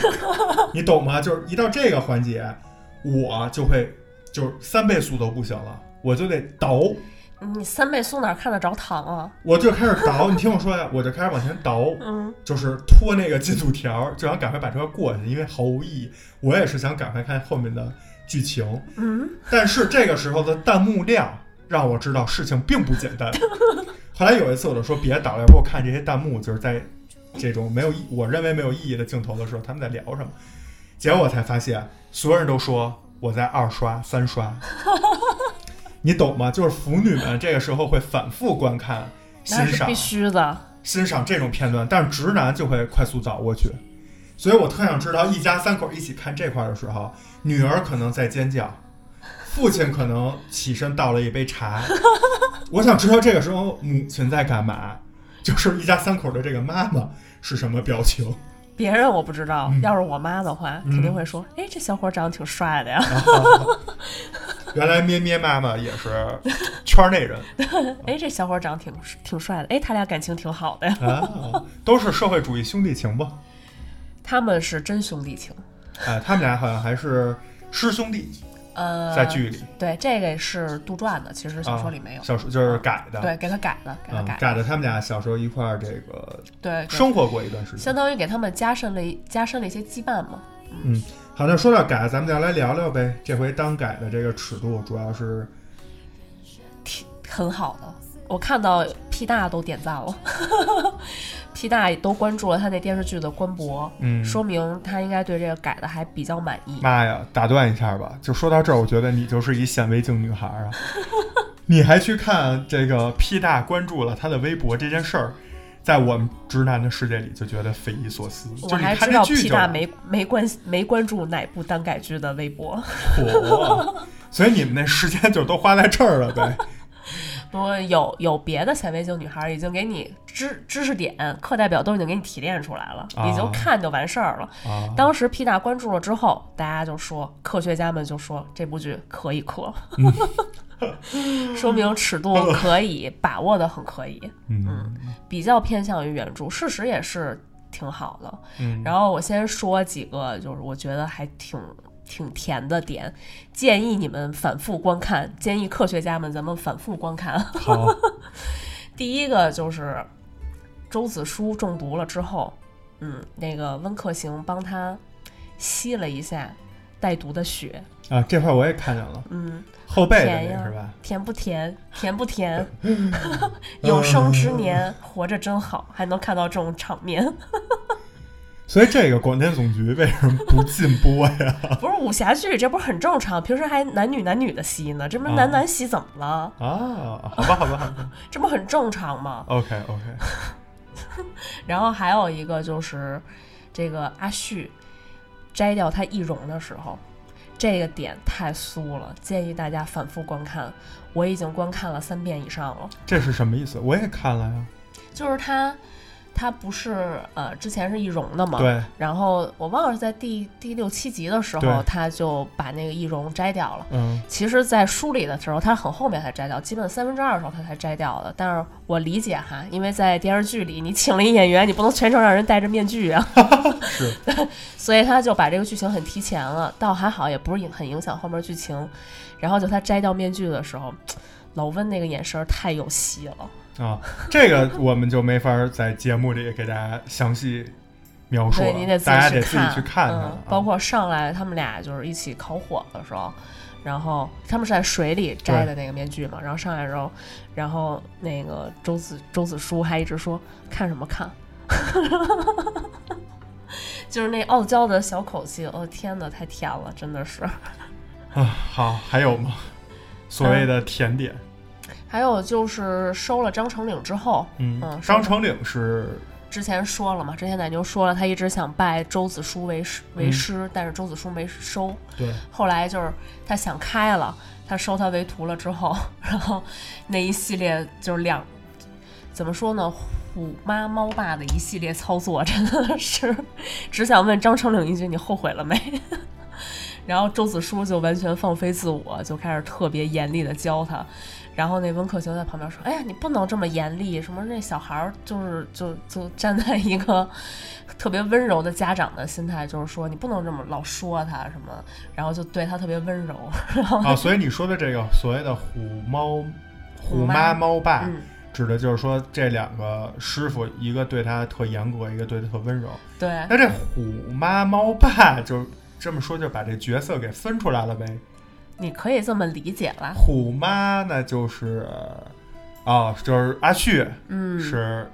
你懂吗？就是一到这个环节，我就会就是三倍速都不行了，我就得倒
嗯你三倍速哪看得着糖啊？
我就开始倒，你听我说呀，我就开始往前倒，
嗯，
就是拖那个进度条， 就想赶快把这个过去，因为毫无意义。我也是想赶快看后面的剧情，
嗯，
但是这个时候的弹幕量让我知道事情并不简单。 后来有一次我就说别倒了，要不我看这些弹幕，就是在这种没有意，我认为没有意义的镜头的时候，他们在聊什么？结果我才发现，所有人都说我在二刷、三刷，你懂吗？就是腐女们这个时候会反复观看、
那
欣
是
赏
必、须的。
欣赏这种片段，但是直男就会快速倒过去。所以我特想知道，一家三口一起看这块儿的时候，女儿可能在尖叫，父亲可能起身倒了一杯茶。 我想知道这个时候母亲在干嘛，就是一家三口的这个妈妈是什么表情。
别人我不知道，
嗯
要是我妈的话，肯定会说：“哎，这小伙长得挺帅的呀。
原来咩咩妈妈也是圈儿内人嗯
哎，这小伙长得挺挺帅的。哎，他俩感情挺好的呀。
啊，都是社会主义兄弟情吧？
他们是真兄弟情。
哎，他们俩好像还是师兄弟，
呃，
在剧里、
对，这个是杜撰的，其实小说里没有。
啊小说就是改的，
对，给他改了，给他
嗯，
改了。
改的他们俩小时候一块儿这个
对，对
生活过一段时间
相。当于给他们加深了一加深了一些羁绊嘛。
嗯，好，那说到改，咱们再来聊聊呗。这回当改的这个尺度主要是
挺很好的。我看到 P 大都点赞了 ，P 大都关注了他那电视剧的官博，
嗯
说明他应该对这个改的还比较满意。
妈呀，打断一下吧，就说到这儿，我觉得你就是一显微镜女 孩啊！你还去看这个 P 大关注了他的微博这件事儿，在我们直男的世界里就觉得匪夷所思。
我
就是
还
你看
知
这
道
剧
P
就
大没没关没关注哪部耽改剧的微博，
火，所以你们那时间就都花在这儿了呗。
不过有有别的显微镜女孩已经给你知知识点课代表都已经给你提炼出来了，
啊
你就看就完事儿了。
啊，
当时 P 大关注了之后，大家就说，科学家们就说这部剧可以磕， 说明尺度可以把握的很可以，
嗯
比较偏向于原著，事实也是挺好的。
嗯，
然后我先说几个，就是我觉得还挺。挺甜的点，建议你们反复观看，建议科学家们咱们反复观看。
好，
第一个就是周子舒中毒了之后，嗯，那个温客行帮他吸了一下带毒的血，
啊，这块我也看见了，
嗯，
后背的
甜
那
呀
个是吧？？
甜不甜？甜不甜？有生之年活着真好，还能看到这种场面，
所以这个广电总局为什么不禁播呀？
不是武侠剧，这不是很正常？平时还男女男女的吸呢，这不是男男吸怎么了？
啊，好吧，好吧，好吧
这不很正常吗？
，OK OK，
然后还有一个就是这个阿旭摘掉他易容的时候，这个点太酥了，建议大家反复观看。我已经观看了三遍以上了，
这是什么意思？我也看了呀。
就是他。他不是呃，之前是易容的嘛？
对。
然后我忘了是在第第六七集的时
对
候，他就把那个易容摘掉了。
嗯，
其实，在书里的时候，他很后面才摘掉，基本三分之二的时候他才摘掉的。但是我理解哈，因为在电视剧里，你请了一演员，你不能全程让人戴着面具啊。
是，
所以他就把这个剧情很提前了，倒还好，也不是影很影响后面剧情。然后就他摘掉面具的时候，老温那个眼神儿太有戏了。
啊，这个我们就没法在节目里给大家详细描述
对
了，
你得
大家
己
得
去
自己去看它了
嗯
啊、
包括上来他们俩就是一起烤火的时候，然后他们是在水里摘的那个面具嘛，然后上来之后，然后那个周子周子舒还一直说看什么看， 就是那傲娇的小口气，哦天哪，太甜了，真的是。
啊，好，还有吗？所谓
嗯
的甜点，
还有就是收了张成岭之后，
嗯，
嗯
张成岭是
之前说了嘛，之前奶牛说了，他一直想拜周子舒为师
嗯
为师，但是周子舒没收。
对，
后来就是他想开了，他收他为徒了之后，然后那一系列就是两怎么说呢，虎妈猫爸的一系列操作，真的是只想问张成岭一句：你后悔了没？ 然后周子舒就完全放飞自我，就开始特别严厉的教他。然后那温客行在旁边说：“哎呀，你不能这么严厉，什么那小孩儿就是就就站在一个 特别温柔的家长的心态，就是说你不能这么老说他什么，然后就对他特别温柔。 然后
啊，所以你说的这个所谓的虎猫、虎
虎妈
妈猫爸，
嗯
指的就是说这两个师傅，一个对他特严格，一个对他特温柔。
对，
那这虎妈猫爸就这么说，就把这角色给分出来了呗。
嗯你可以这么理解啦。
虎妈那就是，哦，就是阿旭，嗯，是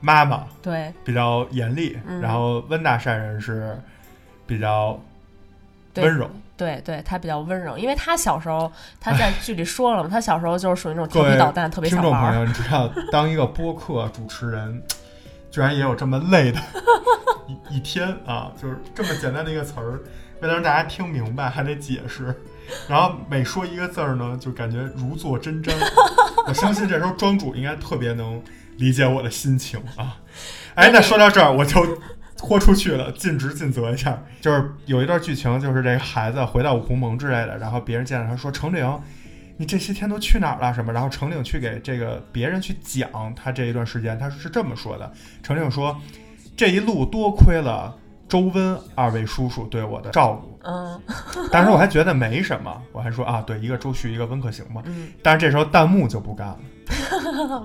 妈妈
对
比较严厉，
嗯
然后温大善人是比较
对
温柔。
对对，他比较温柔，因为他小时候他在剧里说 了嘛，他小时候就是属于那种
各
调
位
皮捣蛋，特别
听
想
众
玩
朋
儿。
友，你知道，当一个播客主持人， 居然也有这么累的一一天啊！就是这么简单的一个词儿，为了让大家听明白，还得解释。然后每说一个字儿呢，就感觉如坐针毡。我相信这时候庄主应该特别能理解我的心情 啊！哎，那说到这儿，我就豁出去了，尽职尽责一下。就是有一段剧情，就是这个孩子回到五湖盟之类的，然后别人见到他说：“程玲，你这些天都去哪儿了？什么？”然后程玲去给这个别人去讲他这一段时间，他是这么说的：程玲说，这一路多亏了周温二位叔叔对我的照顾。
嗯，
当时我还觉得没什么，我还说啊，对，一个周旭，一个温客行嘛。
嗯
但是这时候弹幕就不干了。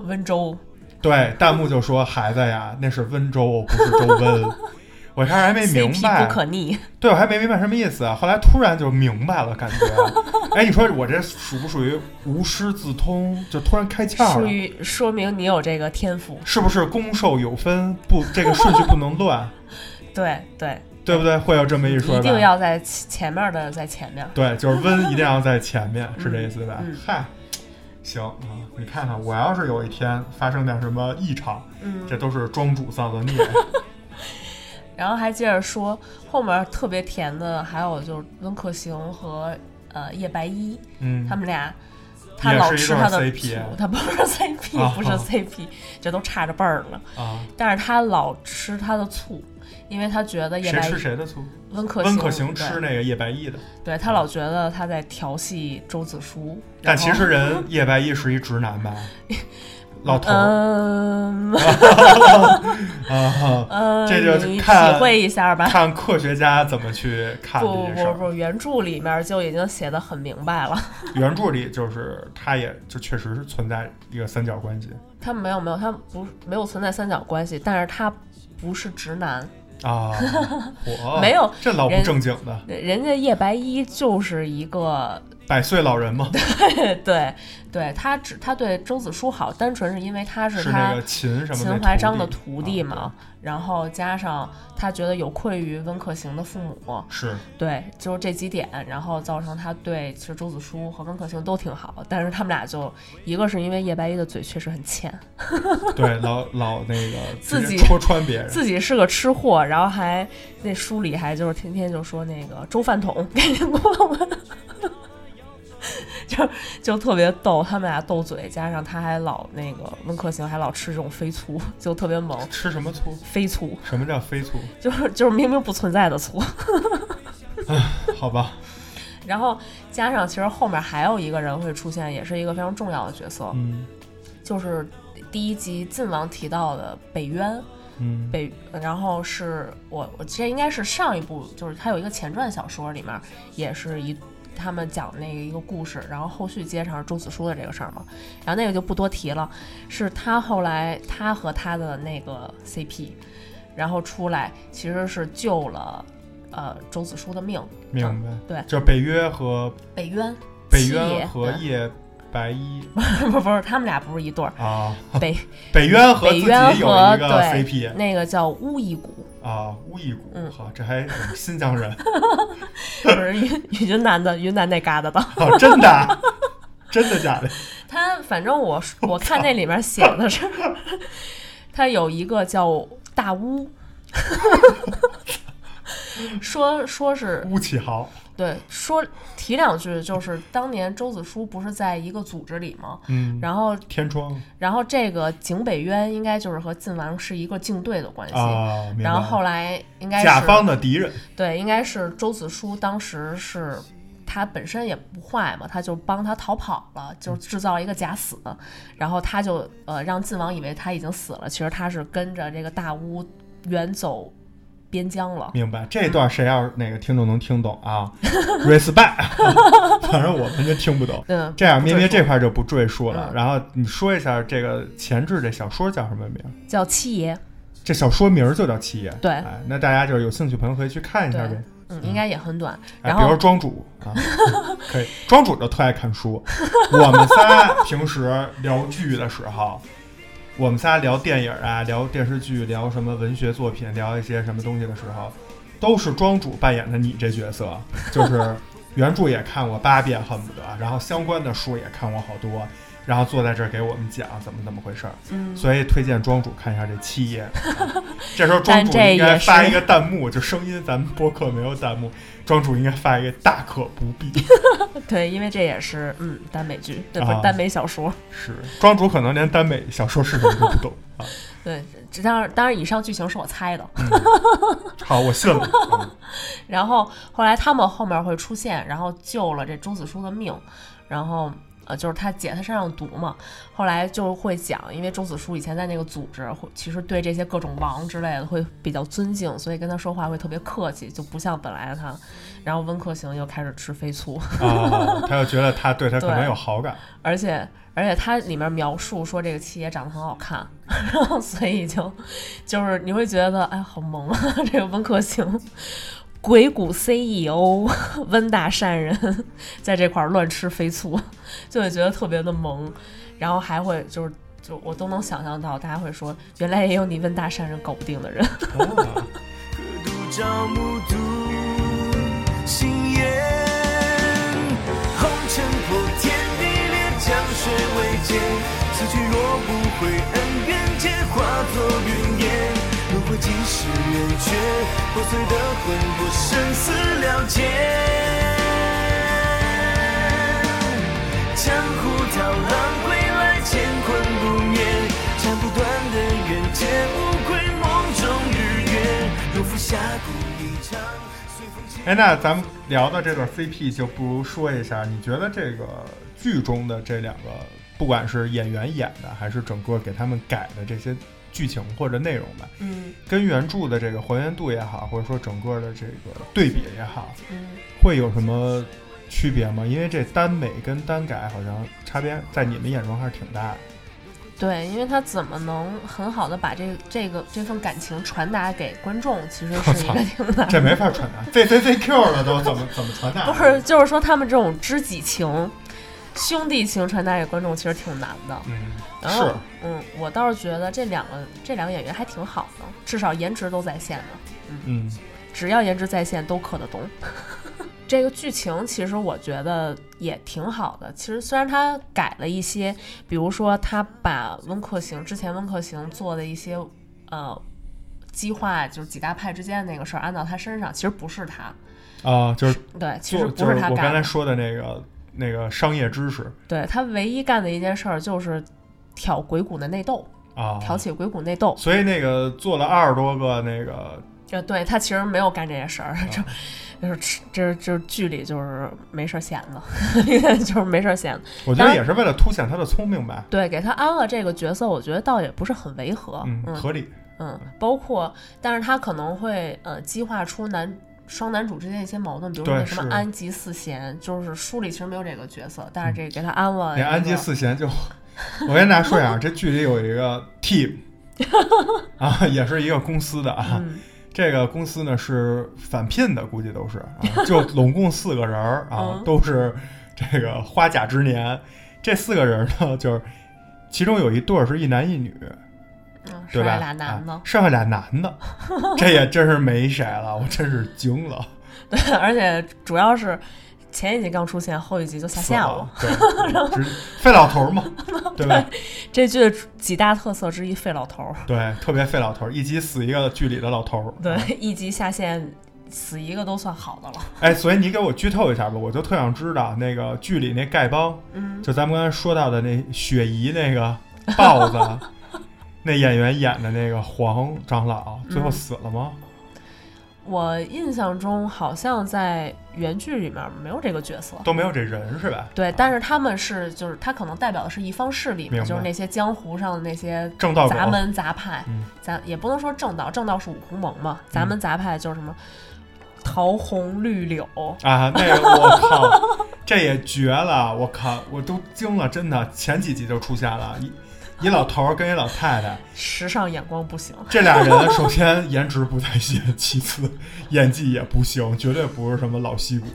温州
对，弹幕就说：“孩子呀，那是温州，不是周温。” 我一开始还没明
CP
白
不，可逆。
对我还没明白什么意思啊。后来突然就明白了，感觉，哎，你说我这属不属于无师自通？就突然开窍
属
了，
于说明你有这个天赋。
是不是攻受有分？不，这个顺序不能 乱，
对对，
对不对？会有这么一说吧？
一定要在前前面的在前面。
对，就是温一定要在前面，是这意思吧？
嗯
嗨，行啊，你看看，我要是有一天发生点什么异常，
嗯
这都是庄主造的孽。
然后还接着说，后面特别甜的还有就是温客行和呃叶白衣，
嗯，
他们俩他
也
老
是一
吃
对
他的
CP
醋，他不 是 CP，、
啊
不是 CP，这都差着辈儿了。
啊，
但是他老吃他的醋，因为他觉得叶
谁
白衣
吃谁的醋？
温客
温
行
可行
对
吃那个叶白衣的，
对他老觉得他在调戏周子舒，
但
然后
其实人叶白衣是一直 男吧，老头儿
嗯
啊，
嗯，
这就
你体
看
会一下吧。
看科学家怎么去看这
不
件事
不
儿。
不，原著里面就已经写的很明白了。
原著里就是他也就确实是存在一个三角关系
他没有没有，他不是没有存在三角关系，但是他不是直男，
啊，我
没有
这老不
人
正经的
人家叶白衣就是一个，
百岁老人嘛，
对对，他只他对周子舒好，单纯是因为他是
是
他
那个秦什么
秦
那
淮章的
徒
徒弟嘛，
啊
然后加上他觉得有愧于温客行的父母，
对是
对，就是这几点，然后造成他对其实周子舒和温客行都挺好，但是他们俩就一个是因为叶白衣的嘴确实很欠，
对老 老那个
自
直接
己
戳穿别人，
自己是个吃货，然后还那书里还就是天天就说那个周饭桶， 赶紧过我，就就特别逗，他们俩斗嘴，加上他还老那个温客行还老吃这种飞醋，就特别猛，
吃什么醋？
飞醋
什么叫飞醋？
就是就是明明不存在的醋，
好吧，
然后加上其实后面还有一个人会出现，也是一个非常重要的角色，
嗯
就是第一集晋王提到的北渊。
嗯，
北，然后是我我这应该是上一部，就是它有一个前传小说里面也是一他们讲那个一个故事，然后后续接上周子舒的这个事儿嘛，然后那个就不多提了，是他后来他和他的那个 CP，然后出来其实是救了呃周子舒的命，
明白？
对
就是北约和
北渊，
北
七爷
渊和
对
叶 白衣
不不是他们俩不是一对儿，
啊，
北
北渊和自
北
己
渊
有
和
一个
对
CP
那个叫乌一谷，
啊，乌一谷，
嗯
好，这还我们新疆人，
不是 云云南的云南那旮瘩的，
哦，真的啊，真的假的？
他反正我 我看那里面写的是， 他有一个叫大乌， 说说是
乌启豪，
对说提两句，就是当年周子舒不是在一个组织里吗？
嗯，
然后
天窗
然后这个景北渊应该就是和晋王是一个竞对的关系。
啊，明白
然后后来应该是
甲方的敌人，
对，应该是周子舒当时是他本身也不坏嘛，他就帮他逃跑了，
嗯
就是制造了一个假死，然后他就呃让晋王以为他已经死了，其实他是跟着这个大巫远走边疆了。
明白？
嗯
这段谁要是哪个听众能听懂 啊？respect，反正我们就听不懂。
嗯，
这样，
不
咩
赘
咩
述
这块就不赘述了。
嗯
然后你说一下这个前置这小说叫什么名？
叫七爷，
这小说名儿就叫《七爷》。
对
哎，那大家就是有兴趣朋友可以去看一下呗。
嗯，应该也很短。
哎，
然
比如说
后
庄主 啊，可以。庄主就特爱看书。我们仨平时聊剧的时候， 我们仨聊电影啊、聊电视剧、聊什么文学作品、聊一些什么东西的时候，都是庄主扮演的你这角色，就是原著也看过八遍，恨不得，然后相关的书也看过好多。然后坐在这儿给我们讲怎么怎么回事儿，
嗯，
所以推荐庄主看一下这七页。这时候庄
但
主
这
应该
也是
发一个弹幕，就声音，咱们播客没有弹幕，庄主应该发一个大可不必。
对，因为这也是嗯耽美剧，对，不
啊
是耽美小说。
是，庄主可能连耽美小说是什么都不懂啊。
对，这当然当然以上剧情是我猜的。
好，我信了。嗯
然后后来他们后面会出现，然后救了这周子舒的命，然后呃就是他解他身上的毒嘛。后来就会讲，因为周子舒以前在那个组织，会其实对这些各种王之类的会比较尊敬，所以跟他说话会特别客气，就不像本来的他。然后温客行又开始吃飞醋，
啊，他又觉得他对他可能
对
有好感，
而且而且它里面描述说这个七爷长得很好看， 然后所以就就是你会觉得哎好萌啊，这个温客行。鬼谷 CEO 温大善人在这块儿乱吃飞醋，就会觉得特别的萌，然后还会就是就我都能想象到，大家会说原来也有你温大善人搞不定的人，
哦
可独照目睹心眼，红尘破天地裂，江水未减。此去若不悔，恩怨皆化作云烟。轮回几世圆缺，破碎的魂魄生死了结。江湖涛浪归来，乾坤不灭，斩不断的缘，皆无愧梦中日月。如浮峡谷一场，随风起
哎，那咱们聊到这段 CP，就不如说一下，你觉得这个剧中的这两个，不管是演员演的，还是整个给他们改的这些剧情或者内容吧，
嗯
跟原著的这个还原度也好，或者说整个的这个对比也好，
嗯，
会有什么区别吗？因为这耽美跟耽改好像差别在你们眼中还是挺 大的。
对，因为他怎么能很好的把这这个这份感情传达给观众，其实是一个挺难
这没法传达，Z Z Z Q 了都怎么怎么传
不
达？
是，，就是说他们这种知己情、兄弟情传达给观众其实挺难的。
嗯，
然后
是，
嗯，我倒是觉得这两个这两个演员还挺好的，至少颜值都在线的，
嗯，
只要颜值在线都磕得 懂。这个剧情其实我觉得也挺好的。其实虽然他改了一些，比如说他把温客行之前温客行做的一些呃激化，就是几大派之间的那个事儿安到他身上，其实不是他，
啊，就是
对，其实
就
不是他
我
干
刚
的
才。说的那个那个商业知识
对他唯一干的一件事儿就是挑鬼谷的内斗，
啊，
挑起鬼谷内斗。
所以那个做了二十多个那个，
呃，对他其实没有干这件事
哦
儿， 就就是吃这这剧里就是没事儿闲的， 就是没事儿闲的。
我觉
当然
得也是为了凸显他的聪明吧，
对，给他安了这个角色，我觉得倒也不是很违和。
嗯，
嗯
合理，
嗯，包括，但是他可能会呃激化出男双男主之间一些矛盾，比如说
对
那什么
是
安吉四贤，就是书里其实没有这个角色，但是这个给他安了一个。
嗯连安吉四贤就，我跟大家 说一下，这剧里有一个 team 啊，也是一个公司的啊，
嗯
这个公司呢是返聘的，估计都是 啊，就拢共四个人儿
嗯
啊，都是这个花甲之年。这四个人呢，就是其中有一对儿是一男一女，
嗯，
对
剩
吧？
下俩男
啊
的，
剩下俩男 的，这也真是没谁了，我真是惊 了，
而且主要是前一集刚出现，后一集就下
死
线了。，
对，直费老头儿嘛，对吧？
这剧的几大特色之一，废老头儿。
对，特别费老头儿，一集死一个剧里的老头儿。
对， 一集下线死一个都算好的了。
哎，所以你给我剧透一下吧，我就特想知道那个剧里那丐帮，
嗯，
就咱们刚才说到的那雪姨那个豹子， 那演员演的那个黄长老，
嗯
最后死了吗？
我印象中好像在原剧里面没有这个角色。
都没有这人是吧？
对，但是他们是，就是他可能代表的是一方势力
明
嘛，
白
就是那些江湖上的那些
正道
杂
狗，
门杂派，
嗯
咱也不能说正道，正道是五胡盟嘛，杂门杂派就是什么桃红绿柳，
啊，那个我靠，这也绝了！我靠，我都惊了，真的，前几集就出现了一一老头儿跟一老太太，
时尚眼光不行。
这俩人首先颜值不在线，其次演技也不行，绝对不是什么老戏骨，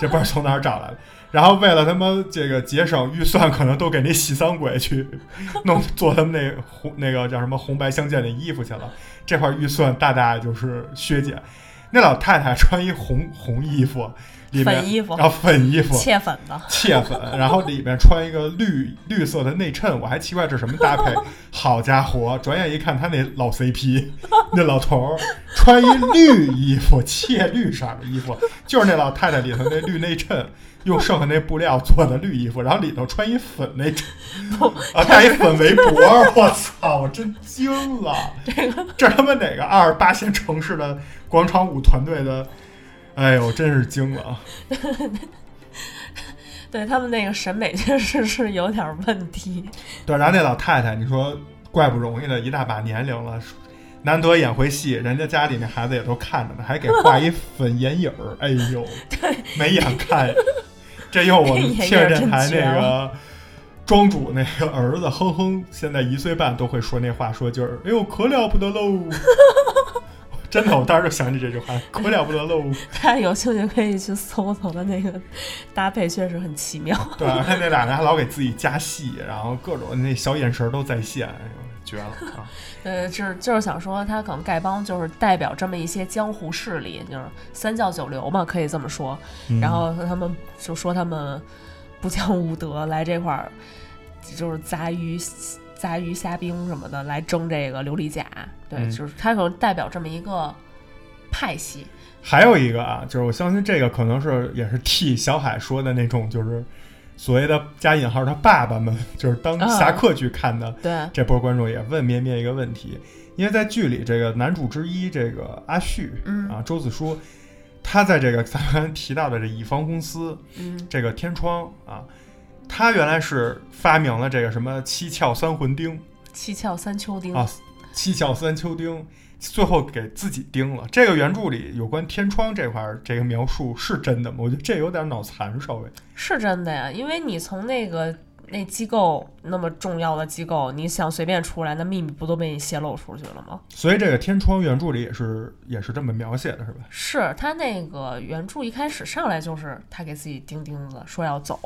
这不知道从哪儿找来的。然后为了他妈这个节省预算，可能都给那喜丧鬼去弄做他们那红那个叫什么红白相间的衣服去了，这块预算大大就是削减。那老太太穿一红红衣服，里面
粉衣服
然后粉衣服，
切粉的，
切粉，然后里面穿一个绿绿色的内衬，我还奇怪这什么搭配。 好家伙，转眼一看他那老 CP，那 老头儿穿一绿衣服，切绿色的衣服，就是那老太太里头那绿内衬，用剩下那布料做的绿衣服，然后里头穿一粉内衬，啊，带一粉围脖儿，我操，我真惊了，这他妈哪个二十八线城市的广场舞团队的？哎呦，真是惊了！
对他们那个审美确实是有点问题。
对，然后那老太太，你说怪不容易的，一大把年龄了，难得演回戏，人家家里那孩子也都看着呢，还给画一粉眼影儿，哎 呦，没眼看。这又我们
眼影儿
听着电台
真绝
那
了
个庄主那个儿子哼哼，现在一岁半都会说那话，说就是哎呦可了不得 喽。真的，我当时就想起这句话，可了不得 喽。
大家有兴趣可以去搜搜他那个搭配，确实很奇 妙。
对，而且那俩人还老给自己加戏，然后各种那小眼神儿都在线，哎呦，绝了啊！
呃，就是就是想说，他可能丐帮就是代表这么一些江湖势力，就是三教九流嘛，可以这么说。
嗯
然后他们就说他们不讲武德，来这块儿就是杂鱼、杂鱼、虾兵什么的来争这个琉璃甲。对，
嗯
就是他可能代表这么一个派系。
还有一个啊，就是我相信这个可能是也是替小海说的那种，就是所谓的加引号的爸爸们， 就是当
啊
侠客去看的、
对，
这波观众也问咩咩一个问题，因为在剧里这个男主之一这个阿旭，
嗯
啊周子舒，他在这个咱们刚才提到的这乙方公司
嗯，
这个天窗啊，他原来是发明了这个什么七窍三魂钉
七窍三秋钉。
啊，七窍三秋钉。最后给自己钉了。这个原著里有关天窗这块儿这个描述是真的吗？我觉得这有点脑残，稍微。
是真的呀，因为你从那个那机构那么重要的机构，你想随便出来，那秘密不都被你泄露出去了吗？
所以这个天窗原著里也是也是这么描写的，是吧？
是他那个原著一开始上来就是他给自己钉钉子，说要走，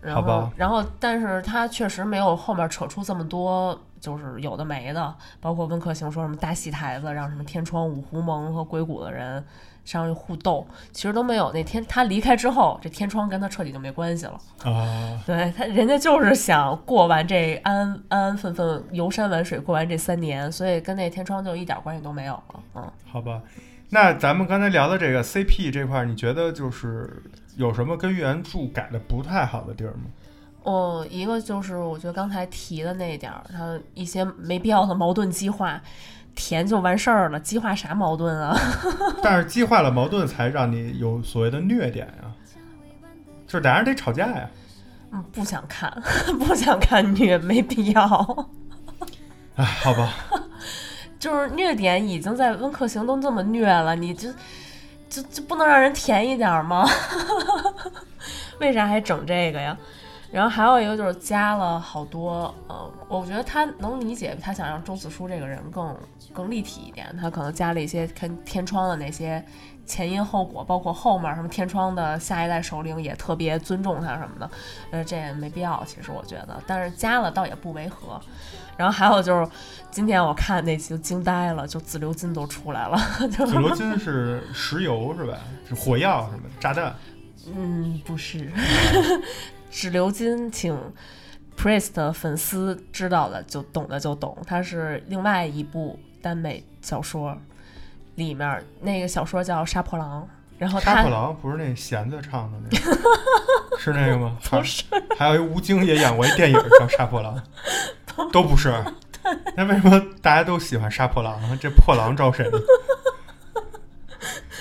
然
好
后
吧
然后但是他确实没有后面扯出这么多就是有的没的，包括温客行说什么搭戏台子，让什么天窗、五湖盟和鬼谷的人上去互斗，其实都没有。那天他离开之后，这天窗跟他彻底就没关系了。
啊，
对他，人家就是想过完这安安安安分分游山玩水过完这三年，所以跟那天窗就一点关系都没有了。嗯，
好吧。那咱们刚才聊的这个 CP 这块儿，你觉得就是有什么跟原著改的不太好的地儿吗？
哦，一个就是我觉得刚才提的那一点儿，他一些没必要的矛盾激化，填就完事儿了，激化啥矛盾啊？
但是激化了矛盾，才让你有所谓的虐点呀、就是俩人得吵架呀。
嗯不想看， 不想看虐，没必要。
哎，好吧，
就是虐点已经在温客行都这么虐了，你就 就就不能让人甜一点吗？为啥还整这个呀？然后还有一个就是加了好多，呃，我觉得他能理解，他想让周子舒这个人更更立体一点，他可能加了一些跟天窗的那些前因后果，包括后面什么天窗的下一代首领也特别尊重他什么的，呃，这也没必要，其实我觉得，但是加了倒也不违和。然后还有就是今天我看那期就惊呆了，就紫鎏金都出来了， 就
紫罗金是石油是吧？是火药什么的炸弹？
嗯，不 是，只鎏金，请 Priest 粉丝知道的就懂的就懂，它是另外一部耽美小说里面那个小说叫《杀破狼》，然后
杀
它
破狼不是那弦子唱的那个， 是那个吗？不是，还有一吴京也演过一电影叫《杀破狼》，都 不是。那为什么大家都喜欢杀破狼呢？这破狼招谁？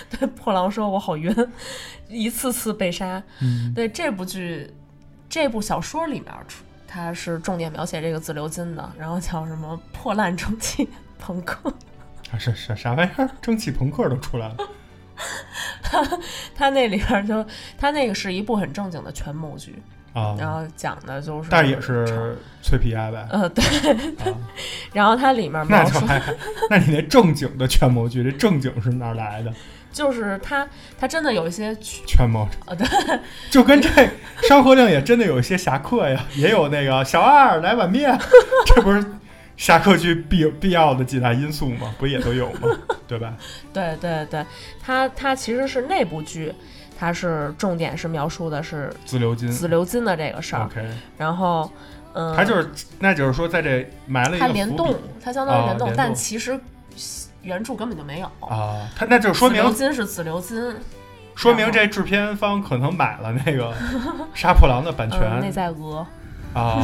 对破狼说：“我好晕， 一次次被杀。
嗯，
对这部剧，这部小说里面出，它是重点描写这个自流金的，然后叫什么破烂蒸汽 朋克。
啥啥啥玩意儿？啊哎蒸汽朋克都出 来了。
它那里边就，它那个是一部很正经的权谋剧，
啊，
然后讲的就是，
但是也，是脆皮鸭呗。
呃，对，
啊，
然后它里面
那
描
就
述
还，那你那正经的权谋剧，这正经是哪儿来的？
就是它，它真的有一些曲
权谋
啊对，
就 跟这《山河令》也真的有一些侠客呀，也有那个小二来 碗面，这不是侠客剧必必要的几大因素吗？不也都有吗？对吧？
对对对，它它其实是那部剧，它是重点是描述的是
自流金
紫鎏金的这个事儿，
，OK，
然后，嗯，
他哦就是，那就是说，在这埋了一
它
个
联
伏
动
笔，
它相当于
啊
联动，
联
但
动
其实原著根本就没有。
啊，他那就说明
紫鎏金是紫鎏金，
说明这制片方可能买了那 个杀破狼的版权
嗯，内在额，
啊，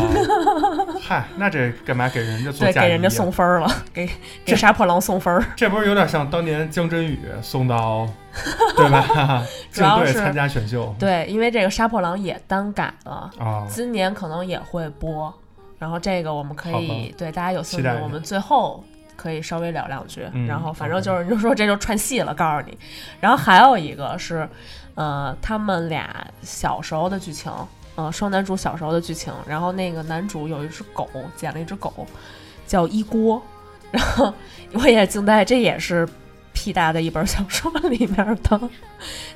嗨，那这干嘛给人家做
对，
嫁
给人家
衣啊
送分儿了， 给给杀破狼送分儿，
这不是有点像当年江真宇送到，对吧？
主
竞
要
队
是
参加选秀
对，因为这个杀破狼也单改了，
啊，
今年可能也会播，然后这个我们可
好
以对大家有兴
期
趣
待一，下
我们最后可以稍微聊两句。
嗯
然后反正
好的
就是你就说这就串戏了，告诉你。然后还有一个是，呃，他们俩小时候的剧情，呃，双男主小时候的剧情。然后那个男主有一只狗，捡了一只狗，叫一锅。 然后我也惊呆，这也是屁大的一本小说里面的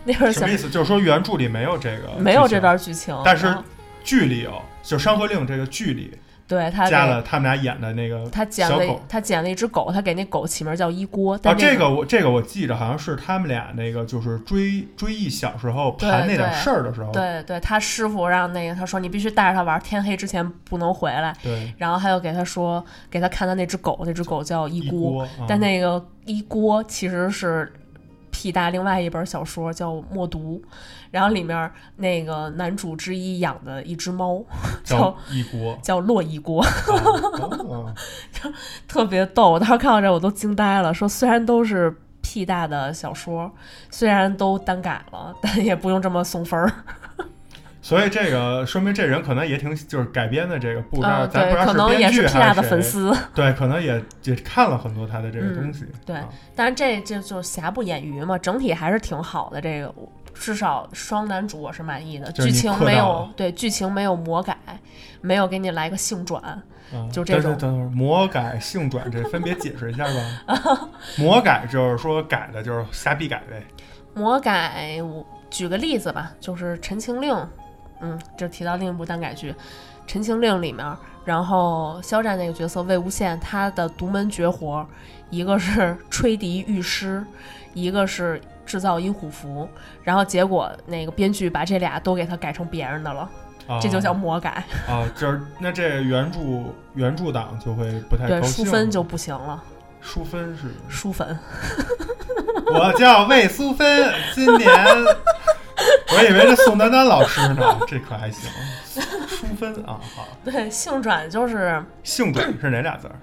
那本
什
小
么意思？就是说原著里没有这个，
没有这，段剧情，
但是
然后
剧里有，就《山河令》这个剧里
对他
加
给
了他们俩演的那个
他捡
小
了一
狗。
他捡了一只狗，他给那狗起名叫一锅。
啊，
但那
这个我这个我记着，好像是他们俩那个就是追追忆小时候
对
盘那点
对
事儿的时候，
对对，他师傅让那个他说你必须带着他玩，天黑之前不能回来。
对，
然后他又给他说，给他看他那只狗，那只狗叫一
一
锅，
锅，啊
但那个一锅其实是。屁大另外一本小说叫《默读》，然后里面那个男主之一养的一只猫
叫一锅，
叫洛一锅，
啊哦
特别逗。我当时看到这我都惊呆了，说虽然都是屁大的小说，虽然都单改了，但也不用这么送分儿。
所以这个说明这人可能也挺就是改编的这个不知道，
嗯，
咱不
对
知，道
可能也
编剧
是屁
还
大
是
的
谁
粉丝。
对，可能也也看了很多他的这个
嗯
东西。
对
啊
当然这这就瑕不掩瑜嘛，整体还是挺好的。这个我至少双男主我是满意的，
就是
剧
你
情
刻
没
到
有
了
对剧情没有魔改，没有给你来个性转。
啊
就这种
等等等会儿魔改、性转，这分别解释一下吧。 魔改就是说改的就是瞎逼改呗。
魔改，我举个例子吧，就是《陈情令》，嗯，这提到另一部单改剧《陈情令》里面，然后肖战那个角色魏无羡，他的独门绝活，一个是吹笛御狮，一个是制造阴虎符，然后结果那个编剧把这俩都给他改成别人的了，
啊、
这就叫魔改，
啊，就是那这原著原著党就会不太
对，
高
淑
兴。
芬就不行了，
淑芬是，
淑芬，
我叫魏淑芬，今 年我以为是宋丹丹老师呢，这可还行。淑芬啊，好，
对，性转就是
性转是哪俩字儿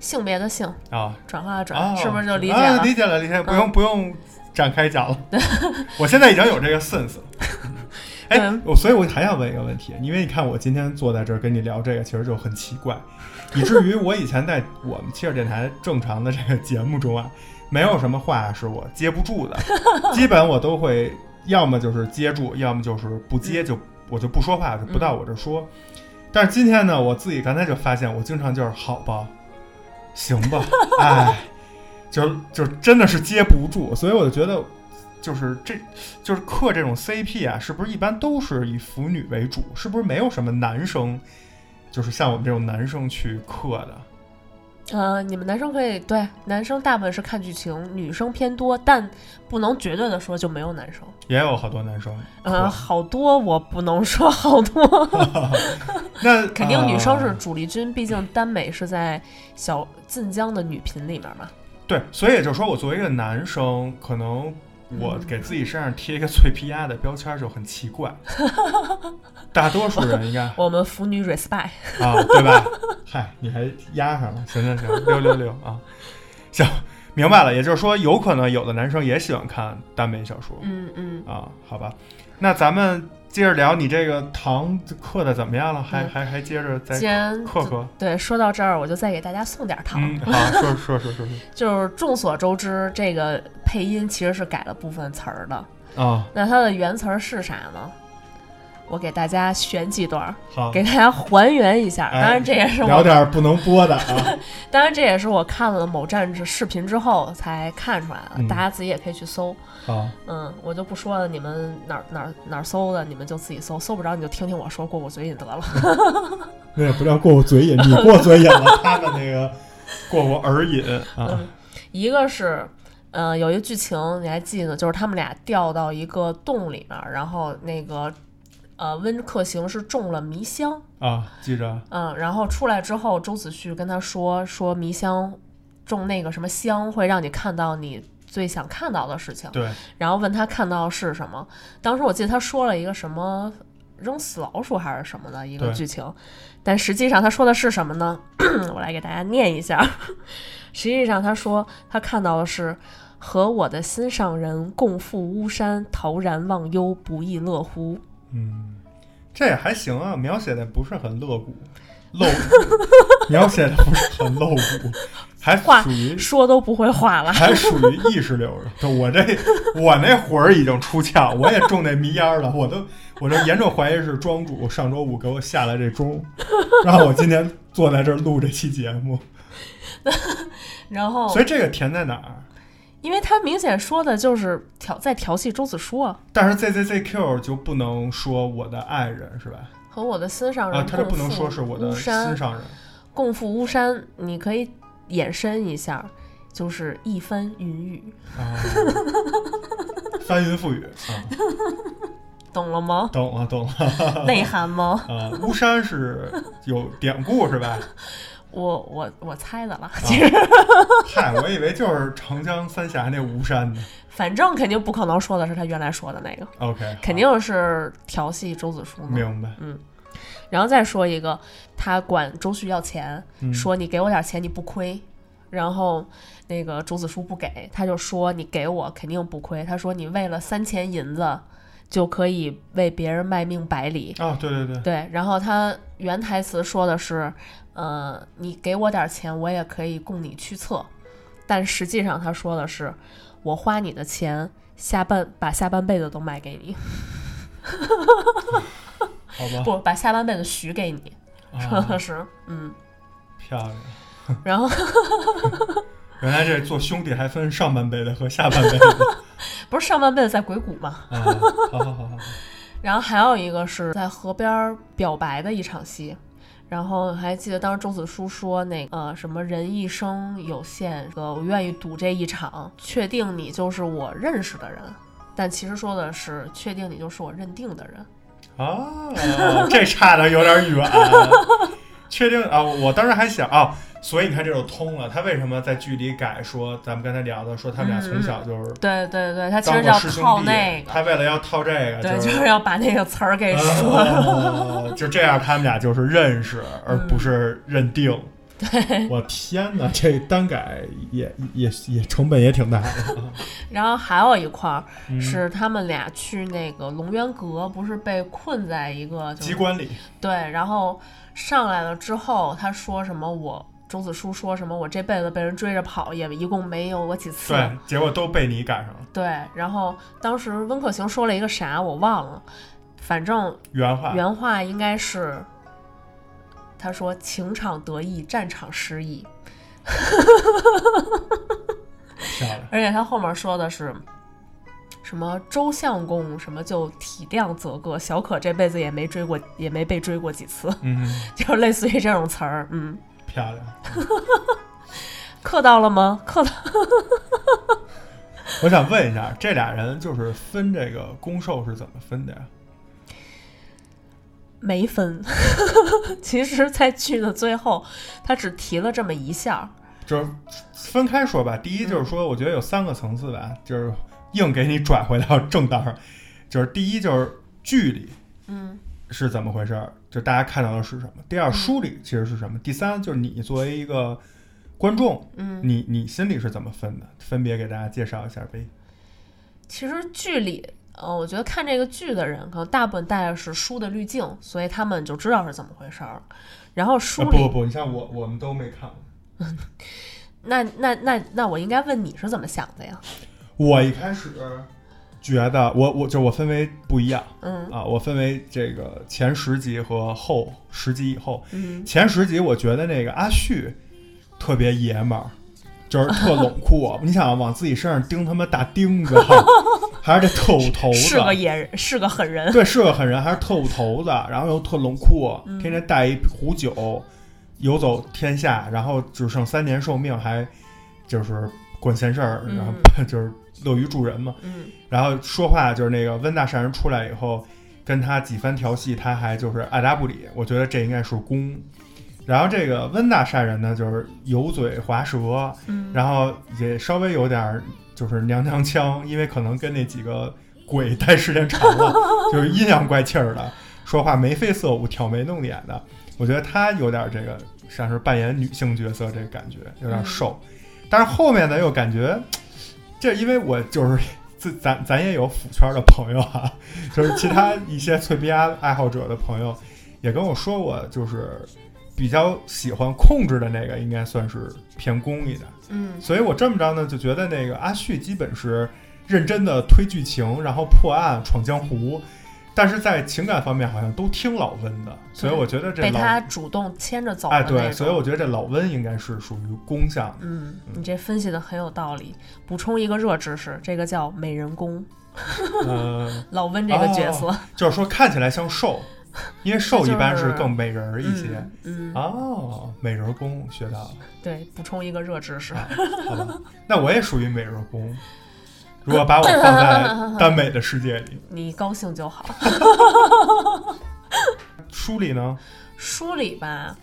性别的性，
啊？
转化的转，
啊，
是不是就理解
啊
了？嗯
理解了，理解了，不用、不用展开讲了。我现在已经有这个 sense 了。哎
嗯，
我所以我还想问一个问题，因为你看我今天坐在这儿跟你聊这个，其实就很奇怪，以至于我以前在我们汽车电台正常的这个节目中啊，没有什么话是我
嗯
接不住的，基本我都会要么就是接住，要么就是不接就我就不说话，就不到我这说。但是今天呢，我自己刚才就发现，我经常就是好吧，行 吧，哎，就就真的是接不住，所以我就觉得，就是这就是嗑这种 CP 啊，是不是一般都是以腐女为主？是不是没有什么男生，就是像我们这种男生去嗑的？
呃，你们男生可以对男生大部分是看剧情，女生偏多，但不能绝对的说就没有男生。
也有好多男生，
呃，好多我不能说好 多，
那
肯定女生是
啊
主力军，毕竟耽美是在小晋江的女频里面嘛。
对，所以也就是说，我作为一个男生，可能我给自己身上贴一个脆皮鸭的标签就很奇 怪。大多数人应该
我们腐女 respect，
啊，对吧？嗨，你还压上了，行 行行，六六六啊，行，明白了。也就是说，有可能有的男生也喜欢看耽美小说
嗯嗯，
啊，好吧？那咱们接着聊，你这个糖刻的怎么样了？还
嗯
还还接着再
既然
刻刻。
对说到这儿，我就再给大家送点糖。
嗯，好，说说说说说
就是众所周知，这个配音其实是改了部分词儿的。
啊，
那它的原词儿是啥呢？我给大家选几段儿，
好，
给大家还原一下。
哎
当然，这也是
聊
我，
点儿不能播的啊。
当然这也是我看了某站视视频之后才看出来的。
嗯
大家自己也可以去搜，
好，
嗯，我就不说了，你们哪儿哪儿哪儿搜的，你们就自己搜，搜不着你就听听我说过过嘴瘾得了。
那也不叫过我嘴瘾，你过嘴瘾了，他们那个过我耳瘾啊。
一个是，呃，有一剧情你还记得，就是他们俩掉到一个洞里面儿，然后那个，呃，温客行是中了迷香，
啊，记着，
嗯，然后出来之后，周子旭跟他说，说迷香中那个什么香会让你看到你最想看到的事情，
对，
然后问他看到的是什么。当时我记得他说了一个什么扔死老鼠还是什么的一个
对
剧情，但实际上他说的是什么呢？ 我来给大家念一下。实际上他说他看到的是和我的心上人共赴巫山，陶然忘忧，不亦乐乎。
嗯，这也还行啊，描写的不是很露骨，露骨，描写的不是很露骨，还
话
属于
说都不会话 了。
还属于意识流 的。就我这我那魂儿已经出窍，我也中那迷烟儿了，我都我这严重怀疑是庄主上周五给我下了这钟，让我今天坐在这儿录这期节目。
然后
所，以这个甜在哪儿？
因为他明显说的就是调在调戏周子舒啊，
但是 ZZZQ 就不能说我的爱人是吧？
和我的心上人
啊，他就
共
不能
赴
说是我的
巫山
心上人。
共赴巫山，你可以延伸一下，就是一番云雨，
啊， 翻云覆雨啊，
懂了 吗？
懂了懂了
内涵 吗？
啊。巫山是有典故是吧？
我我我猜的
啊
了，
嗨，我以为就是长江三峡那巫山呢。
反正肯定不可能说的是他原来说的那个，
OK，
肯定是调戏周子舒
好
嘛。
明白。
然后再说一个，他管周旭要钱，
嗯
说你给我点钱你不亏。然后那个周子舒不给，他就说你给我肯定不亏。他说你为了三钱银子就可以为别人卖命百里，
啊，对对对，
对，然后他原台词说的是，呃，你给我点钱，我也可以供你驱策，但实际上他说的是，我花你的钱，下半把下半辈子都卖给你，
好吧。
不，把下半辈子许给你，说
啊
的，是，嗯，
漂亮。
然后
原来这做兄弟还分上半辈子和下半辈子
不是上半辈子在鬼谷嘛，
啊！好好好好好，
然后还有一个是在河边儿表白的一场戏，然后还记得当时周子舒说那个、呃什么人一生有限，呃我愿意赌这一场，确定你就是我认识的人，但其实说的是确定你就是我认定的人。
啊，这差的有点远。确定啊，我当时还想啊，所以你看这就通了。他为什么在剧里改说咱们刚才聊的，说他们俩从小就是
对对对，嗯他其
当
实
过
要
师兄
靠
弟，
那个，
他为了要套这个，
对，
就
就是要把那个词儿 给说。
啊就这样，他们俩就是认识，而
嗯
不是 认定。对，我天哪，这单改也也也成本也挺大的。
然后还有一块儿
嗯
是他们俩去那个龙渊阁，不是被困在一个就是
机关里
对，然后上来了之后，他说什么我？周子舒说什么？我这辈子被人追着跑，也一共没有我几次。
对，结果都被你赶上了。
对然后当时温客行说了一个啥，我忘了。反正
原话，
原话应该是，他说：“情场得意，战场失意。
漂亮”，
而且他后面说的是什么周相公什么就体谅则个，小可这辈子也没追过，也没被追过几次，
嗯哼，
就是类似于这种词儿。嗯，
漂亮。
刻到了吗？刻到
我想问一下，这俩人就是分这个攻受是怎么分的呀？
没分。 其实，在剧的最后，他只提了这么一下儿。
就是分开说吧。第一
嗯
就是说，我觉得有三个层次吧，就是硬给你拽回到正道上。就是第一就是剧里，
嗯，
是怎么回事儿，就大家看到的是什么。第二，书里其实是什么。第三，就是你作为一个观众，
嗯，
你你心里是怎么分的？分别给大家介绍一下呗。
其实剧里，呃，我觉得看这个剧的人，可能大部分带的是书的滤镜，所以他们就知道是怎么回事儿。然后书
啊、
里，
不不不，你像我，我们都没看过。
那那那那我应该问你是怎么想的呀？
我一开始觉得我我就我分为不一样
嗯
啊，我分为这个前十集和后十集以后。
嗯，
前十集我觉得那个阿旭特别爷们儿，就是特冷酷。啊 你想往自己身上钉他妈大钉子，啊还是这特务头
是个
子。
野人，是个狠人。
对，是个狠人，还是特务头子，啊然后又特冷酷，啊
嗯
天天带一壶酒，游走天下，然后只剩三年寿命，还就是管闲事儿，然后 就是乐于助人嘛。
嗯
然后说话就是那个温大善人出来以后，跟他几番调戏，他还就是爱答不理。我觉得这应该是攻。然后这个温大善人呢，就是油嘴滑舌，
嗯
然后也稍微有点儿就是娘娘腔，因为可能跟那几个鬼待时间长了，就是阴阳怪气儿的，说话眉飞色舞、挑眉弄眼的。我觉得他有点儿这个像是扮演女性角色这个感觉，有点儿瘦。但是后面呢，又感觉这因为我就是自咱咱也有腐圈的朋友啊，就是其他一些脆皮鸭爱好者的朋友也跟我说过，就是比较喜欢控制的那个，应该算是偏公益的。
嗯
所以我这么着呢，就觉得那个阿旭基本是认真的推剧情，然后破案闯江湖，但是在情感方面好像都听老温的，所以我觉得这
被
老
他主动牵着走的
哎
那种。
对，所以我觉得这老温应该是属于公向 的。
嗯，你这分析的很有道理。补充一个热知识，这个叫美人公，
呃，
老温这个角色。
就是说看起来像瘦，因为瘦一般
就是
是更美人儿一些。
嗯，嗯
哦，美人公学 到了，
对，补充一个热知识。
好吧，那我也属于美人公。如果把我放在耽美的世界里，
你高兴就好。
书里呢，
书里吧，